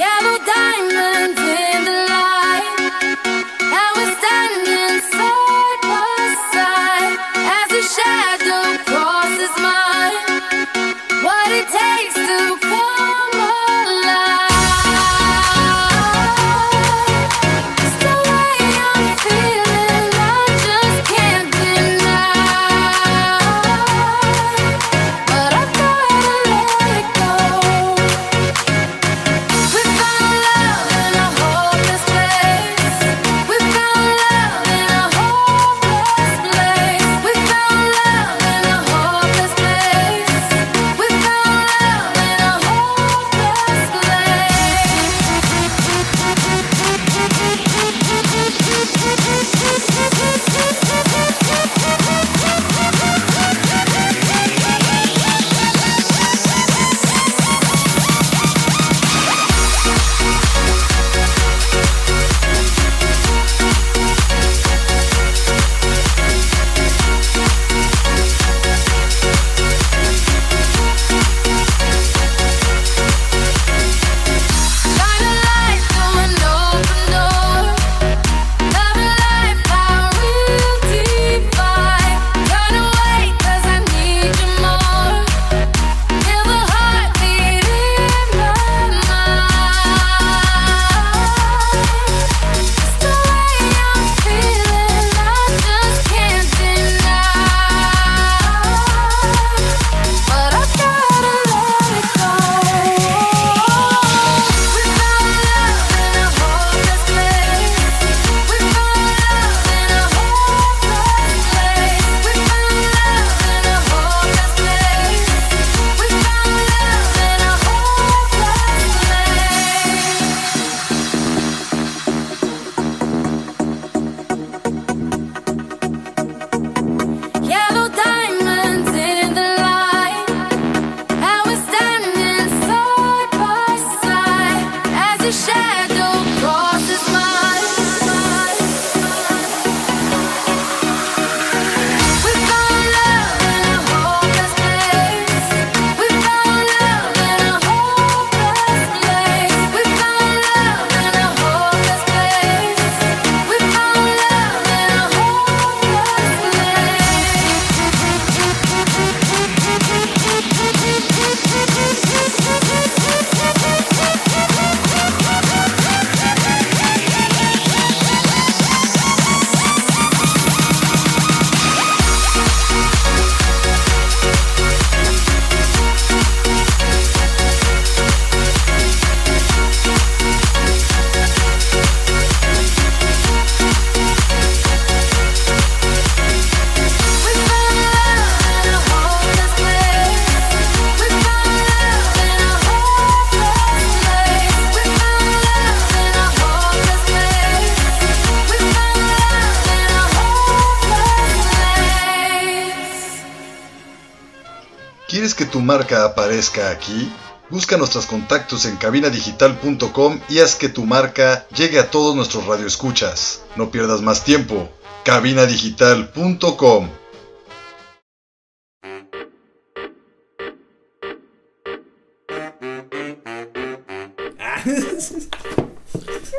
S10: Yellow diamonds in the light. And we're standing side by side as a shadow crosses mine. What it takes to come alive. It's the way I'm feeling. I just can't deny. But I've gotta let it go. We found love in a hopeless place. We found love in a hopeless place. We found love in a hopeless place. We found love
S11: ¿Quieres que tu marca aparezca aquí? Busca nuestros contactos en cabinadigital.com y haz que tu marca llegue a todos nuestros radioescuchas. No pierdas más tiempo. cabinadigital.com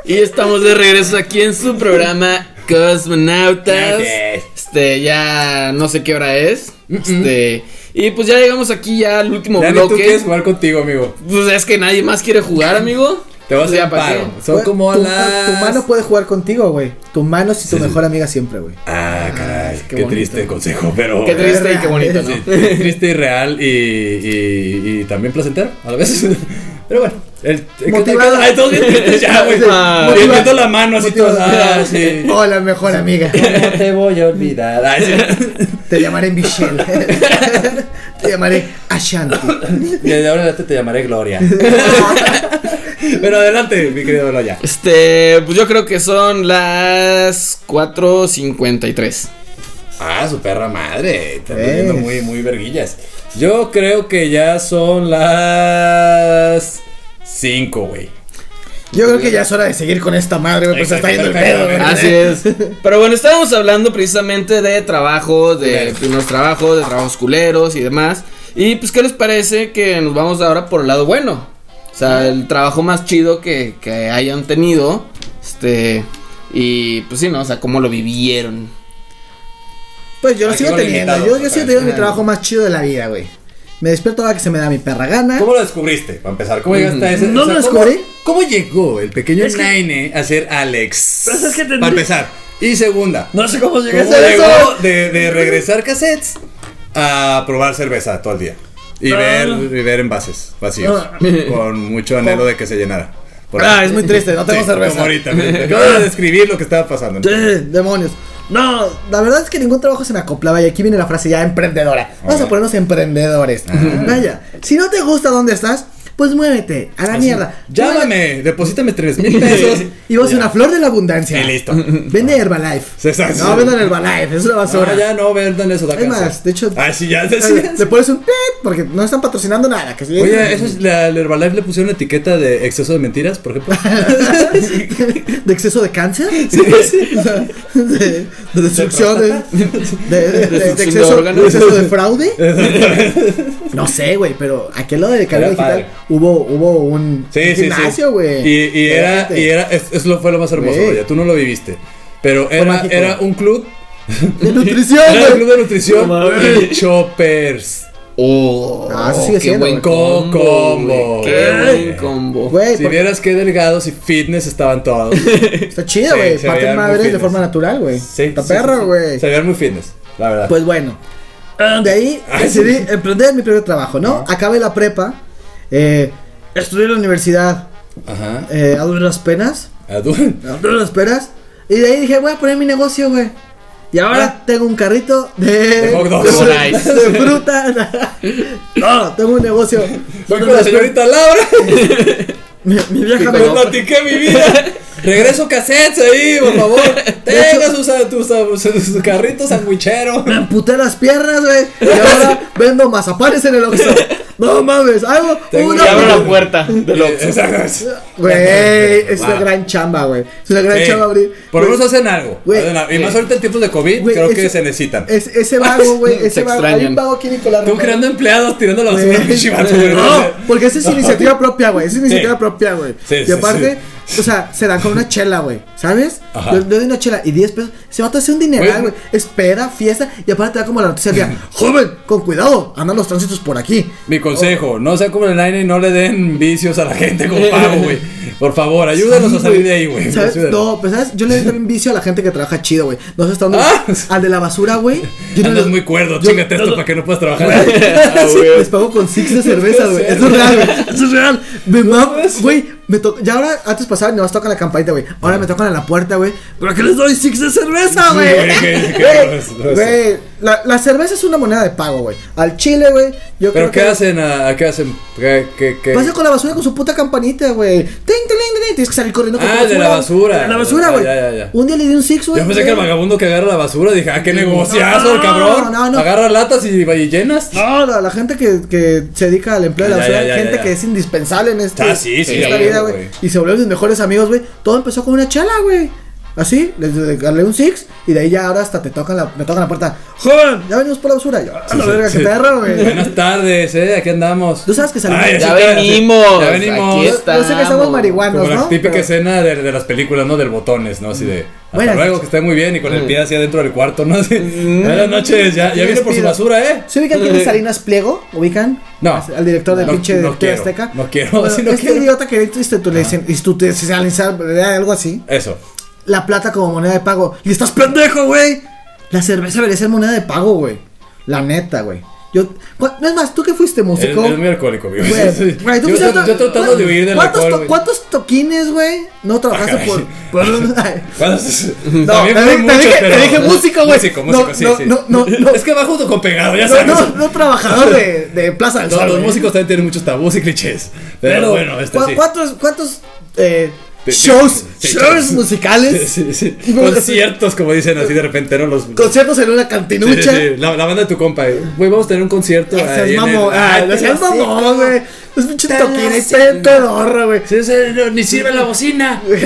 S6: Y estamos de regreso aquí en su programa Cosmonautas.
S10: Gracias.
S6: Este, ya no sé qué hora es. Este, y pues ya llegamos aquí ya al último
S5: Dani, tú
S6: bloque.
S5: quieres jugar contigo, amigo.
S6: Pues es que nadie más quiere jugar, amigo.
S5: Te vas a
S6: Pues ya
S5: hacer
S6: ¿para
S5: paro.
S6: qué?
S5: Son
S3: Güey,
S5: como
S3: tu,
S5: las-
S3: tu mano puede jugar contigo, güey. Tu mano es tu mejor amiga siempre, güey.
S5: Ah, caray, qué,
S3: bonito.
S5: triste consejo, pero.
S3: Qué triste y qué bonito, ¿no?
S5: Sí, triste y real y, y- y también placentero a la vez. Pero bueno, el. el-
S3: Motivado.
S5: Ay, todos bien tristes ya, güey.
S3: Sí,
S5: Ah,
S3: motivado.
S5: moviendo la mano así todos. Ah, sí.
S3: Hola, mejor amiga.
S5: No te voy a olvidar. Ay, sí.
S3: Te llamaré Michelle. te llamaré Ashanti.
S5: Y de ahora en adelante te llamaré Gloria. Pero adelante, mi querido Gloria.
S6: Este, pues yo creo que son las 4.53.
S5: Ah, su perra madre. Están viendo muy, muy verguillas. Yo creo que ya son las 5, güey.
S3: Yo creo que ya es hora de seguir con esta madre, güey. Pues se está yendo el pedo, güey.
S5: Ah,
S6: Así es. Pero bueno, estábamos hablando precisamente de trabajos, de primeros trabajos, de trabajos culeros y demás. Y pues, ¿qué les parece que nos vamos ahora por el lado bueno? O sea, el trabajo más chido que, que hayan tenido. Este. Y pues sí, ¿no? O sea, cómo lo vivieron.
S3: Pues yo lo
S6: Aquí
S3: sigo
S6: va
S3: teniendo.
S6: limitado,
S3: Yo, yo sigo teniendo mi
S6: ah.
S3: trabajo más chido de la vida, güey. Me despierto a la que se me da mi perra gana.
S5: ¿Cómo lo descubriste? Para empezar, ¿cómo llegaste a ese?
S3: Mm, No
S5: o sea,
S3: lo
S5: ¿cómo-
S3: descubrí.
S5: ¿Cómo llegó el pequeño
S3: Es que-
S5: Nine a ser Alex?
S3: Pero es que tendrí-
S5: Para empezar. Y segunda,
S3: No sé cómo llegué a
S5: ¿cómo
S3: hacer
S5: llegó
S3: eso.
S5: De, de regresar cassettes a probar cerveza todo el día? Y,
S3: Ah.
S5: ver, y ver envases vacíos.
S3: Ah.
S5: Con mucho anhelo de que se llenara. Por
S3: Ah,
S5: ahí.
S3: es muy triste, no tengo
S5: Sí,
S3: cerveza.
S5: Como ahorita. me Acabo de describir lo que estaba pasando.
S3: Sí, demonios. No, la verdad es que ningún trabajo se me acoplaba y aquí viene la frase ya emprendedora. Vamos a ponernos emprendedores. Vaya, si no te gusta dónde estás, pues muévete a la mierda.
S5: Llámame, deposítame 3 mil pesos.
S3: Y vas a una flor de la abundancia.
S5: Y listo.
S3: Vende Herbalife.
S5: Exacto.
S3: No, vendan Herbalife, es una basura.
S5: No, Ah, ya no vendan eso, da
S3: Es
S5: cáncer.
S3: más, de hecho,
S5: Ah, sí, ya. sí, sí.
S3: le pones un pet porque no están patrocinando nada. Que sí.
S5: Oye, eso es la, la Herbalife le pusieron etiqueta de exceso de mentiras, por ejemplo.
S3: ¿De exceso de cáncer? O sea, de, de destrucción, de, de- de- de- de
S6: Destrucción de
S3: exceso, de
S6: órganos.
S3: exceso de fraude. No sé, güey, pero aquí al lado de Cabina
S5: Era
S3: Digital
S5: padre.
S3: hubo, hubo un
S5: Sí, sí, sí.
S3: gimnasio, güey.
S5: Y, y
S3: De
S5: era,
S3: gente.
S5: y era, es, es lo fue lo más hermoso,
S3: Güey.
S5: Goya, tú no lo viviste. Pero era,
S3: mágico.
S5: era un club,
S3: De nutrición,
S5: era un
S3: güey.
S5: club de nutrición
S3: No
S5: y
S3: mames.
S5: choppers.
S6: Oh,
S3: Ah, sigue
S6: qué
S3: siendo,
S6: buen
S3: güey.
S5: Co- combo.
S6: combo. Qué buen combo.
S3: Güey,
S5: Si
S3: porque
S5: vieras qué delgados y fitness estaban todos.
S3: está chido,
S5: Sí,
S3: güey.
S5: se
S3: Parten
S5: veían muy
S3: madres de
S5: fitness.
S3: forma natural, güey.
S5: Sí,
S3: está
S5: sí, sí,
S3: perro,
S5: sí.
S3: güey.
S5: Se veían muy fitness, la verdad.
S3: Pues bueno, de ahí
S5: Ah,
S3: decidí emprender mi primer trabajo, ¿no? Acabé la prepa, eh, estudié en la universidad
S5: Ajá.
S3: eh, a duras penas.
S5: Ah, tú-
S3: No, no lo esperas. Y de ahí dije, voy a poner mi negocio, güey. Y ahora tengo un carrito de,
S5: Ah. De hot dogs.
S3: de-
S6: De nice.
S3: de fruta. no, tengo un negocio.
S5: Fui
S3: donde
S5: con la
S3: las-
S5: señorita Laura,
S3: Mi, mi vieja me
S5: le platiqué mi vida. Regreso cassettes ahí, por favor. Tenga sus, tus, sus, sus carritos sandwichero.
S3: me amputé las piernas, güey. Y ahora vendo mazapanes en el Oxxo. No mames, hago
S5: Tengo
S3: una
S5: que
S6: Abro
S5: abrir
S6: la puerta del Oxxo.
S5: Exacto.
S3: Eh, Güey, es una
S5: Wow.
S3: gran chamba, güey. Es una gran
S5: Sí.
S3: chamba abrir.
S5: Por lo
S3: Güey,
S5: menos hacen algo.
S3: Güey,
S5: Hacen algo. y
S3: sí.
S5: más ahorita en tiempos de COVID,
S3: güey,
S5: creo que
S3: ese-
S5: se necesitan.
S3: es- ese vago, güey,
S6: Se
S3: ese vago. Hay
S6: extrañan.
S3: un vago aquí, Nicolás.
S5: Tú creando empleados tirando la basura al pinche vato, güey.
S3: No, porque esa es iniciativa propia, güey. Esa es iniciativa
S5: Sí.
S3: propia, güey.
S5: Sí,
S3: y
S5: sí,
S3: aparte, o sea, se dan con una chela, güey. ¿Sabes?
S5: Ajá.
S3: Yo le doy una chela y 10 pesos. Se va a hacer un dineral,
S5: Güey.
S3: güey. Espera, fiesta. Y aparte te da como la noticia del día. Joven, con cuidado. Andan los tránsitos por aquí.
S5: Mi
S3: Oh.
S5: consejo, no sea como el Nine y no le den vicios a la gente con pago, güey. Por favor, ayúdanos a salir de ahí, güey.
S3: ¿Sabes?
S5: Ayúdanos.
S3: No, pues ¿sabes? yo le doy también vicio a la gente que trabaja chido, güey. No sé hasta dónde.
S5: Ah.
S3: Al de la basura, güey. Yo
S5: Andas
S3: le-
S5: muy cuerdo,
S3: yo-
S5: chingate esto para que no puedas trabajar.
S3: Sí, les pago con six de cerveza, güey. Eso es real, güey. Eso es real. Me mam- güey. Me to- ya ahora, antes pasaba, nomás tocan la campanita, güey. Ahora me tocan a la puerta, güey. ¿Pero qué les doy six de cerveza,
S5: Sí,
S3: güey?
S5: güey, qué- qué
S3: Güey,
S5: horror es todo eso.
S3: Güey, La, la cerveza es una moneda de pago, güey. Al chile, güey. Yo
S5: Pero
S3: creo
S5: ¿qué
S3: que-
S5: hacen? ah, ¿Qué hacen? ¿Qué, qué, qué?
S3: Pasa con la basura con su puta campanita, güey. Ting, ting, ting, ting. Tienes que salir corriendo con
S5: Ah,
S3: tu
S5: el de la basura.
S3: De La basura,
S5: Ah,
S3: güey.
S5: ya, ya, ya.
S3: Un día le di un six, güey.
S5: Yo pensé que el vagabundo que agarra la basura, dije, ah, qué negociazo el cabrón.
S3: no, no.
S5: Agarra latas y, y llenas.
S3: No, la, la gente que, que se dedica al empleo de la
S5: Ya,
S3: basura,
S5: ya, ya,
S3: gente
S5: ya, ya.
S3: que es indispensable en, este,
S5: Ah, sí, sí,
S3: en esta
S5: ya,
S3: vida,
S5: güey.
S3: güey. Y se volvieron mis mejores amigos, güey. Todo empezó con una chala, güey. Así, les regalé un six y de ahí ya ahora hasta te tocan la, me tocan la puerta. ¡Joven! Ya venimos por la basura. Yo, a la verga, qué perro, güey.
S5: Buenas tardes, eh, aquí andamos.
S3: Tú sabes que salimos-
S5: Ay,
S3: Ya
S5: sí, claro,
S6: venimos,
S5: Ya venimos.
S6: aquí está.
S3: Yo sé que somos marihuanos,
S5: Como la
S3: ¿no?
S5: típica escena de, de las películas, ¿no? Del botones, ¿no? Así de. Hasta
S3: Buenas
S5: luego, que esté muy bien y con
S3: Mm.
S5: el pie hacia adentro del cuarto, ¿no? Así, Buenas noches, ya, ya
S3: Yo
S5: viene por su
S3: Mm. despido.
S5: basura, ¿eh?
S3: ¿Se ubican quién es Salinas Pliego? ¿Ubican?
S5: No.
S3: Al director del
S5: No,
S3: pinche
S5: no
S3: de
S5: quiero,
S3: Azteca.
S5: no quiero,
S3: Bueno,
S5: sí, no
S3: este
S5: quiero. Ah.
S3: idiota que institucionalizar, algo así.
S5: Eso.
S3: La plata como moneda de pago. Y estás pendejo, güey. La cerveza debería ser moneda de pago, güey. La neta, güey. Yo, cu- es más, tú que fuiste
S5: Es,
S3: músico.
S5: es muy alcohólico, güey.
S3: Güey, güey, tú
S5: yo,
S3: fuiste-
S5: yo tratando de huir del
S3: ¿Cuántos,
S5: alcohol.
S3: to-
S5: güey.
S3: ¿Cuántos toquines, güey? No trabajaste
S5: Ah,
S3: por.
S5: caray.
S3: por-
S5: ¿Cuántos?
S3: No,
S5: También
S3: te
S5: fue
S3: dije- te
S5: mucho,
S3: dije-
S5: pero-
S3: te dije músico, güey.
S5: Músico, músico,
S3: No,
S5: sí,
S3: no,
S5: sí.
S3: no, no, no.
S5: Es que va junto con pegado, ya
S3: no,
S5: sabes.
S3: no, no trabajador de, de Plaza del
S5: Los-
S3: Sol.
S5: los
S3: güey.
S5: músicos también tienen muchos tabús y clichés. Pero, bueno, este
S3: ¿cu-
S5: sí.
S3: ¿Cuántos, cuántos eh,
S5: Sí, sí,
S3: shows,
S5: sí,
S3: shows
S5: sí.
S3: musicales,
S5: Sí, sí, sí. Conciertos, como dicen así de repente, ¿no? Los,
S3: conciertos en una
S5: Sí, sí,
S3: cantinucha?
S5: sí. La, la banda de tu compa, eh. güey, vamos a tener un concierto.
S3: Seas
S5: ahí en
S3: mamón,
S5: el-
S3: ah,
S5: Ay,
S3: no
S5: te
S3: seas
S5: lo sé.
S3: mamón, güey. Los pinches
S5: Te
S3: toquines,
S5: lo sé.
S3: pe- pedorro, güey.
S5: Sí, sí, no, ni sirve la bocina.
S3: Güey,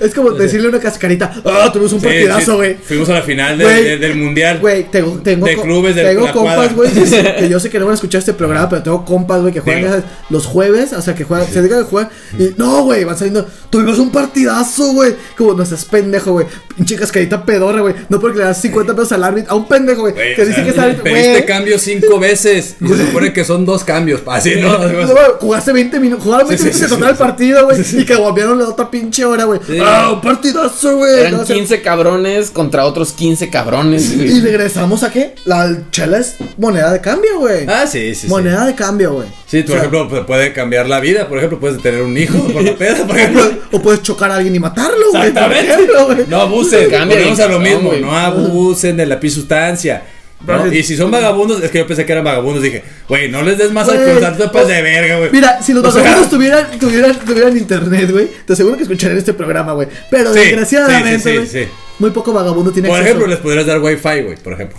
S3: Es como decirle a una cascarita, ah, tuvimos un
S5: Sí,
S3: partidazo,
S5: sí.
S3: güey.
S5: Fuimos a la final del-
S3: Güey.
S5: del- del mundial.
S3: Güey, tengo, tengo,
S5: De
S3: co-
S5: clubes de
S3: tengo
S5: la cuadra.
S3: compas, güey, que, se- que yo sé que no van a escuchar este programa, pero tengo compas, güey, que juegan
S5: Dilo.
S3: ya sabes, los jueves, o sea, que juegan, se dedican a jugar, y no, güey, van saliendo, tuvimos un partidazo, güey, como, no estás pendejo, güey, pinche cascarita pedorra, güey, no porque le das 50 pesos al árbitro, a un pendejo, güey,
S5: Güey,
S3: que
S5: o
S3: dice
S5: sea,
S3: que es árbitro,
S5: Pediste
S3: güey,
S5: cambio cinco veces. Y se supone que son dos cambios. Así, ¿no?
S3: No, güey, jugaste 20 minutos, jugaron 20
S5: Sí, sí,
S3: minutos y se
S5: sí,
S3: contaba el
S5: sí,
S3: partido, güey, y que guapearon la otra pinche hora, güey,
S6: Sí.
S3: ah, un partidazo, güey,
S6: Eran
S3: No, o sea,
S6: 15 cabrones contra otros 15 cabrones. güey.
S3: y regresamos a qué? La chela es moneda de cambio, güey.
S5: Ah, sí, sí, sí.
S3: moneda de cambio, güey.
S5: Sí, por
S3: O sea,
S5: ejemplo, pu- puede cambiar la vida. Por ejemplo, puedes tener un hijo por la peda, por ejemplo.
S3: O puedes chocar a alguien y matarlo, güey. por
S5: Exactamente.
S3: ejemplo, güey.
S5: No abusen,
S6: Cambia
S5: volvemos
S6: bien,
S5: a lo
S6: cabrón,
S5: mismo,
S6: güey.
S5: no abusen de la pisustancia. ¿no? Y si son vagabundos, es que yo pensé que eran vagabundos, dije, güey, no les des más al
S3: Güey,
S5: cruzar tapas
S3: no.
S5: de verga, güey.
S3: Mira, si los
S5: O sea,
S3: vagabundos tuvieran, tuvieran, tuvieran internet, güey, te aseguro que escucharían este programa, güey. Pero
S5: Sí,
S3: desgraciadamente,
S5: sí, sí,
S3: güey,
S5: sí, sí.
S3: muy poco vagabundo tiene
S5: Por
S3: acceso.
S5: ejemplo, les podrías dar wifi, güey, por ejemplo.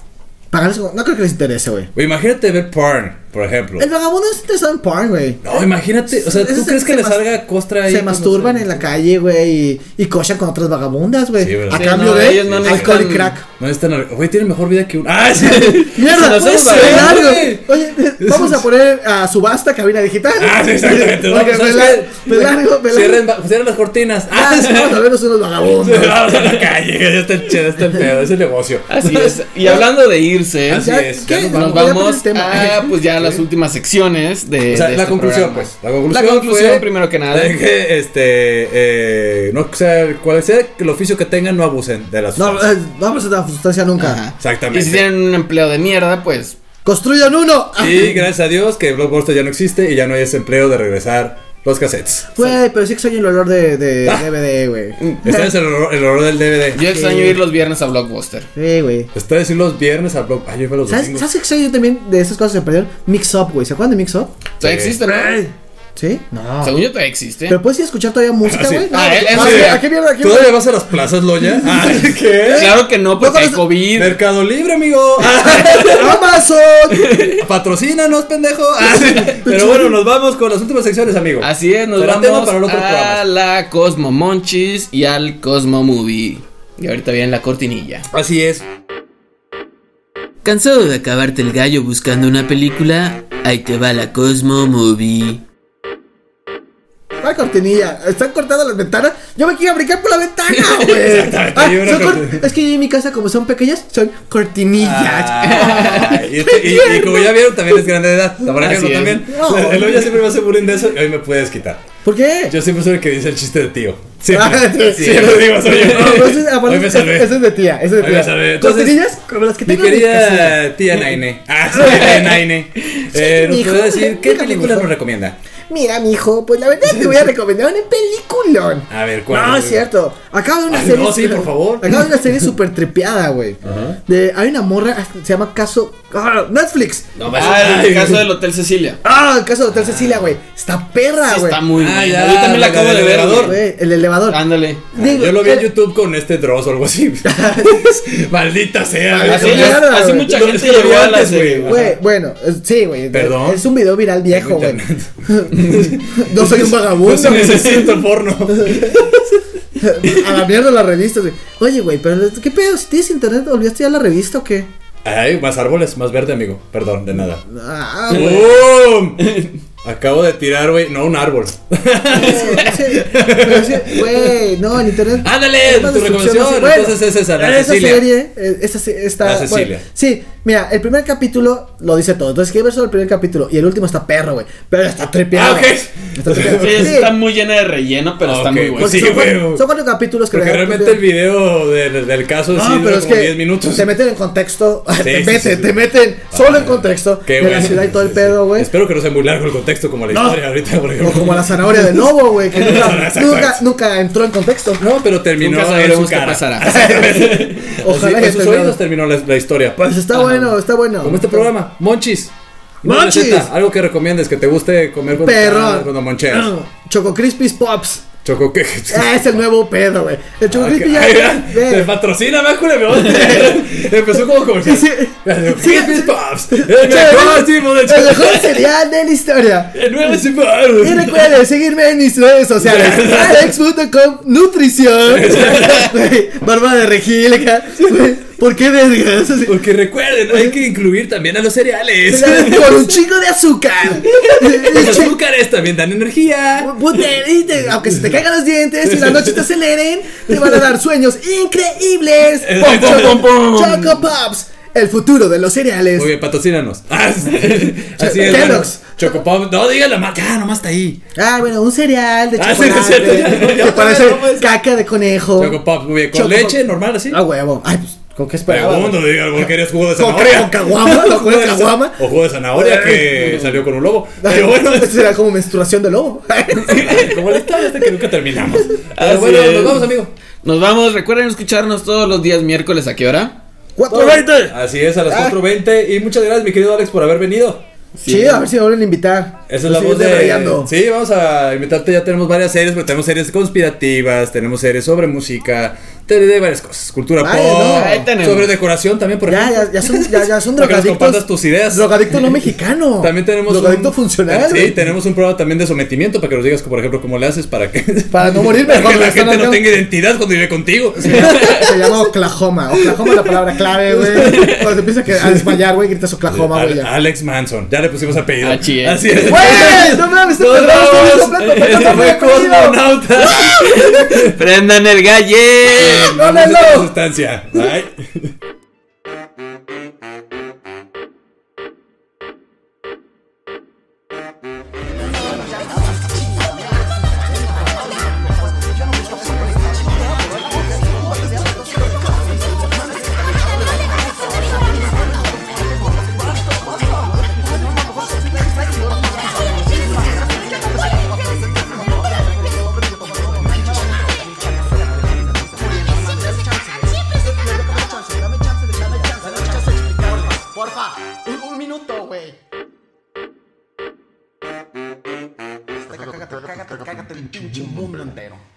S3: Pagarles con- No creo que les interese, güey.
S5: Güey, imagínate ver porn, por ejemplo.
S3: El vagabundo es interesado en porn, güey.
S5: No, imagínate, o sea,
S3: Ese
S5: ¿tú
S3: se-
S5: crees que
S3: se
S5: le
S3: mas-
S5: salga costra ahí?
S3: Se
S5: con-
S3: masturban en la calle, güey, y, y cochan con otras vagabundas, güey.
S5: Sí, ¿verdad?
S3: a
S5: Sí,
S3: cambio
S6: no,
S3: de
S6: ellos no
S3: alcohol y
S6: necesitan-
S3: crack.
S5: No es tan. Güey, tiene mejor vida que un. ¡Ah, sí!
S3: Mierda,
S6: nos
S3: puedes
S6: vamos a
S3: hacer
S6: bailar,
S3: algo. Oye, vamos a poner a subasta cabina digital.
S5: ¡Ah, sí, exactamente!
S3: Oye,
S5: Vamos,
S3: ve
S5: ¿sabes
S3: largo,
S5: qué?
S3: ve largo, ve largo.
S5: Cierren, ba- cierren las cortinas.
S3: Ah,
S5: ¡Ah,
S3: sí,
S5: sí!
S3: vamos a vernos unos
S5: Sí,
S3: vagabundos.
S5: Vamos a la calle, que ya está el chido, está el pedo, es el negocio.
S6: Así es. Y hablando de irse,
S5: Así
S3: Ya,
S5: es,
S3: ¿qué?
S5: ya nos Ah,
S6: nos
S3: Voy a poner
S6: vamos
S3: el tema.
S6: a pues ya las últimas secciones de.
S5: O sea,
S6: de
S5: la
S6: este
S5: conclusión,
S6: programa.
S5: pues. La conclusión,
S6: La conclusión,
S5: fue
S6: primero que nada.
S5: de que, este, eh, no, o sea, cual sea el oficio que tengan, no abusen de las
S3: No,
S5: sustancias.
S3: eh, no vamos a dar sustancia nunca.
S6: Ajá.
S5: Exactamente.
S6: Y si tienen un empleo de mierda, pues.
S3: Construyan uno. Ah,
S5: Y gracias a Dios que Blockbuster ya no existe y ya no hay ese empleo de regresar los cassettes.
S3: Güey, pero sí extraño el olor de, de
S5: Ah.
S3: DVD, güey.
S5: Este es el horror, el horror del DVD.
S6: Yo extraño ir los viernes a Blockbuster.
S3: Sí, güey.
S5: Estoy Pues, decir los viernes a Blockbuster. Ay, yo iba los
S3: ¿Sabes,
S5: domingos.
S3: ¿Sabes qué extraño también de esas cosas que se perdieron? Mix Up, güey. ¿Se acuerdan de Mix Up?
S6: Todavía existe, ¿no?
S3: ¿Sí? No.
S6: Según yo, todavía existe.
S3: ¿Pero puedes ir a escuchar todavía música,
S5: Ah, sí.
S3: güey?
S6: Ah, él- él
S3: ¿a
S6: sí.
S3: qué- ¿A qué mierda? ¿A qué
S5: ¿Todavía
S3: mierda?
S5: vas a las plazas, Loya? Ay, ¿Qué?
S6: Claro que no, porque hay COVID.
S5: Mercado Libre, amigo.
S3: ¡Amazon!
S5: Patrocínanos, pendejo. Ah, sí. Pero bueno, nos vamos con las últimas secciones, amigo.
S6: Así es, nos
S5: Será
S6: vamos
S5: tema para el otro
S6: a
S5: programa.
S6: la Cosmo Monchis y al Cosmo Movie. Y ahorita viene la cortinilla.
S5: Así es.
S12: ¿Cansado de acabarte el gallo buscando una película? Ahí te va la Cosmo Movie.
S3: La cortinilla, están cortando las ventanas. Yo me quiero brincar por la ventana, güey.
S5: Exactamente,
S3: Ah,
S5: hay una
S3: son cor-
S5: cortina.
S3: Es que yo en mi casa, como son pequeñas, son cortinillas.
S5: Ah. Ay, y, este- y- y como ya vieron, también es grande de edad. Por ejemplo,
S6: Así es.
S5: también.
S3: No.
S5: El Loya siempre me hace bullying de eso y hoy me puedes quitar.
S3: ¿Por qué?
S5: Yo siempre soy el que dice el chiste de tío. Siempre,
S3: Ah, sí.
S5: siempre digo, soy yo.
S3: No, pero ese- aparte,
S5: Hoy me
S3: ese-
S5: salvé.
S3: ese es de tía, ese es de
S5: Hoy me
S3: tía.
S5: salvé. Entonces,
S3: cortinillas como las que
S5: Mi
S3: tengo en mi casilla.
S5: querida tía Naine. Ah, sí, tía Naine. Eh,
S3: mi
S5: ¿Nos
S3: hijo,
S5: puede decir qué
S3: déjame,
S5: película
S3: por
S5: nos
S3: favor.
S5: recomienda?
S3: Mira, mijo, pues la verdad te voy a recomendar una peliculón.
S5: A ver, ¿cuál?
S3: No, es cierto. Acaba de una
S5: Ay,
S3: serie.
S5: no, sí,
S3: super-
S5: por favor.
S3: Acaba de una serie súper tripeada, güey. De- Hay una morra, se llama Caso. ah, Netflix.
S6: No, ah, el caso del Hotel Cecilia.
S3: Ah, el caso de Hotel Cecilia, güey. Está perra,
S6: Sí,
S3: güey.
S6: está muy Ah, buena. ya, Yo también la la acabo del de ver, elevador.
S3: Güey, El elevador. eh,
S6: Ándale.
S5: Yo lo vi en YouTube con este Dross o algo así. Maldita sea. güey.
S6: Así- así
S3: güey.
S6: mucha
S5: Lo-
S6: gente
S5: lo vi
S6: llegó a la
S5: antes,
S6: serie, güey.
S3: Güey, bueno, es- sí, güey.
S5: Perdón.
S3: Es un video viral viejo, güey. no soy un vagabundo.
S5: No necesito porno.
S3: A la mierda las revistas, güey. Oye, güey, pero ¿qué pedo? Si tienes internet, ¿olvidaste ya la revista o qué?
S5: Ay, más árboles, más verde, amigo. Perdón, de nada.
S3: Ah, güey.
S5: ¡Bum! Acabo de tirar, güey. No, un árbol.
S3: Pero sí, Güey, no, el internet.
S5: Ándale,
S3: es más
S5: tu
S3: destrucción,
S5: recomendación.
S3: así. Bueno,
S5: Entonces es esa, la
S3: esa
S5: Cecilia.
S3: serie, eh, esa se- está.
S5: La Cecilia.
S3: bueno, sí, mira, el primer capítulo lo dice todo. Entonces, ¿qué ver solo el primer capítulo? Y el último está perro, güey. Pero está
S6: Ah,
S3: trepeado.
S6: ok.
S3: Está trepeado.
S6: Sí,
S3: Sí.
S6: está muy llena de relleno, pero está
S5: Ok,
S6: muy buena.
S5: pues sí,
S3: son,
S5: güey.
S3: cuatro, son cuatro capítulos que
S5: Porque
S3: le-
S5: realmente el video del, del caso
S3: No,
S5: sí
S3: pero
S5: dura
S3: es
S5: como
S3: que
S5: 10 minutos.
S3: te meten en contexto, te
S5: sí,
S3: meten,
S5: sí, sí.
S3: te meten solo en contexto
S5: qué
S3: de la
S5: bueno.
S3: ciudad y todo el pedo, güey.
S5: Espero que no sea muy largo el contexto como la
S3: No.
S5: historia ahorita. Porque...
S3: O como la zanahoria del lobo, güey, que nunca,
S5: Exacto.
S3: nunca, nunca entró en contexto.
S5: No, pero terminó
S6: Nunca
S5: en
S6: sabremos
S5: su
S6: qué
S5: cara.
S6: pasará.
S3: Ojalá
S5: Ojalá
S3: que
S5: en sus
S3: terminó.
S5: oídos terminó la, la historia.
S3: Pues está bueno, está bueno.
S5: Como este programa, Monchis. Una
S3: ¡Monchis!
S5: receta, algo que recomiendes, que te guste comer cuando,
S3: Perro.
S5: cuando moncheas.
S3: Ah. Choco Crispies Pops.
S5: Choco que.
S3: Ah, es el nuevo pedo, güey. El Choco Crispy ya.
S5: Ah, Ay, ya, Te
S3: Ve.
S5: patrocina, más me Empezó como comercial.
S3: Sí, sí.
S5: Sí, Pops. El
S3: Che,
S5: mejor tipo pues, de
S3: El mejor
S5: chocolate.
S3: cereal de la historia.
S5: El nuevo tipo.
S3: Y recuerden seguirme en mis redes sociales: alex.com nutrición. Güey, Barba de regil acá. Güey, ¿Por qué vergas? Así,
S5: Porque recuerden, hay que incluir también a los cereales.
S3: cereal Con un chingo de azúcar.
S5: Los azúcares también dan energía.
S3: Puta, y te- aunque se te caigan los dientes y la noche te aceleren, te van a dar sueños increíbles.
S5: Pom, pom, pom, pom.
S3: Choco Pops, el futuro de los cereales.
S5: Muy bien, patrocínanos. Ah, Así es.
S3: Pues- Kellogg's.
S5: bueno. Chocopop. No, diga la marca. Ah, nomás está ahí.
S3: Ah, bueno, un cereal de
S5: Ah, sí,
S3: chocolate.
S5: no es cierto, ya, ya,
S3: que
S5: ya,
S3: parece
S5: no puede ser.
S3: caca de conejo.
S5: Chocopop, muy bien. Con
S3: Chocopop.
S5: leche, normal, así.
S3: Oh. Ah, huevo. Ay, pues, ¿con qué esperaba?
S5: Segundo, diga, porque eres jugo de
S3: Con
S5: zanahoria.
S3: con caguama, ¿no? Con
S5: Jugo de zan-
S3: caguama. Eh.
S5: O jugo de zanahoria que salió con un lobo. Pero bueno,
S3: bueno, será como menstruación de lobo.
S5: como el estado este que nunca terminamos. Pero
S6: Así
S5: bueno,
S6: es.
S5: nos vamos, amigo.
S6: Nos vamos, recuerden escucharnos todos los días miércoles a qué hora.
S3: 420.
S5: Así es, a las 4.20. Y muchas gracias, mi querido Alex, por haber venido.
S3: Sí, a ver si me vuelven a invitar.
S5: Esa es la
S3: Pues Sí,
S5: voz
S3: estoy
S5: de.
S3: rayando.
S5: Sí, vamos a invitarte. Ya tenemos varias series, pero tenemos series conspirativas, tenemos series sobre música, te- de varias cosas. Cultura
S3: Vaya, no. Ahí
S5: pop,
S6: tenemos.
S5: sobre decoración también, por
S3: Ya,
S5: ejemplo.
S3: ya, ya son, ya, ya son
S5: Para que nos compartas
S3: drogadictos.
S5: tus ideas.
S3: Drogadicto no mexicano.
S5: También tenemos.
S3: Drogadicto
S5: un-
S3: funcional.
S5: Sí,
S3: güey.
S5: tenemos un programa también de sometimiento para que nos digas, por ejemplo, cómo le haces para que.
S3: Para no morirme.
S5: para que la
S3: cuando me están
S5: gente no
S3: ahorcando.
S5: tenga identidad cuando vive contigo.
S3: Se llama Oklahoma. Oklahoma es la palabra clave, güey. Cuando te empiezas que- a desmayar, güey, gritas Oklahoma, güey.
S5: Al-
S3: ya.
S5: Alex Manson, ya le pusimos apellido.
S6: Así es.
S5: Así es.
S3: ¡Güey! ¡No mames! ¡Te perdonaste completo!
S5: Este
S3: ¡Perdóname,
S5: fue
S3: apellido!
S5: Cosmonauta.
S6: Prendan el galle.
S3: ¡No,
S5: Vamos a esta
S3: no, no!
S5: sustancia. Bye.
S2: Cágate, cágate, cágate el pinche mundo entero.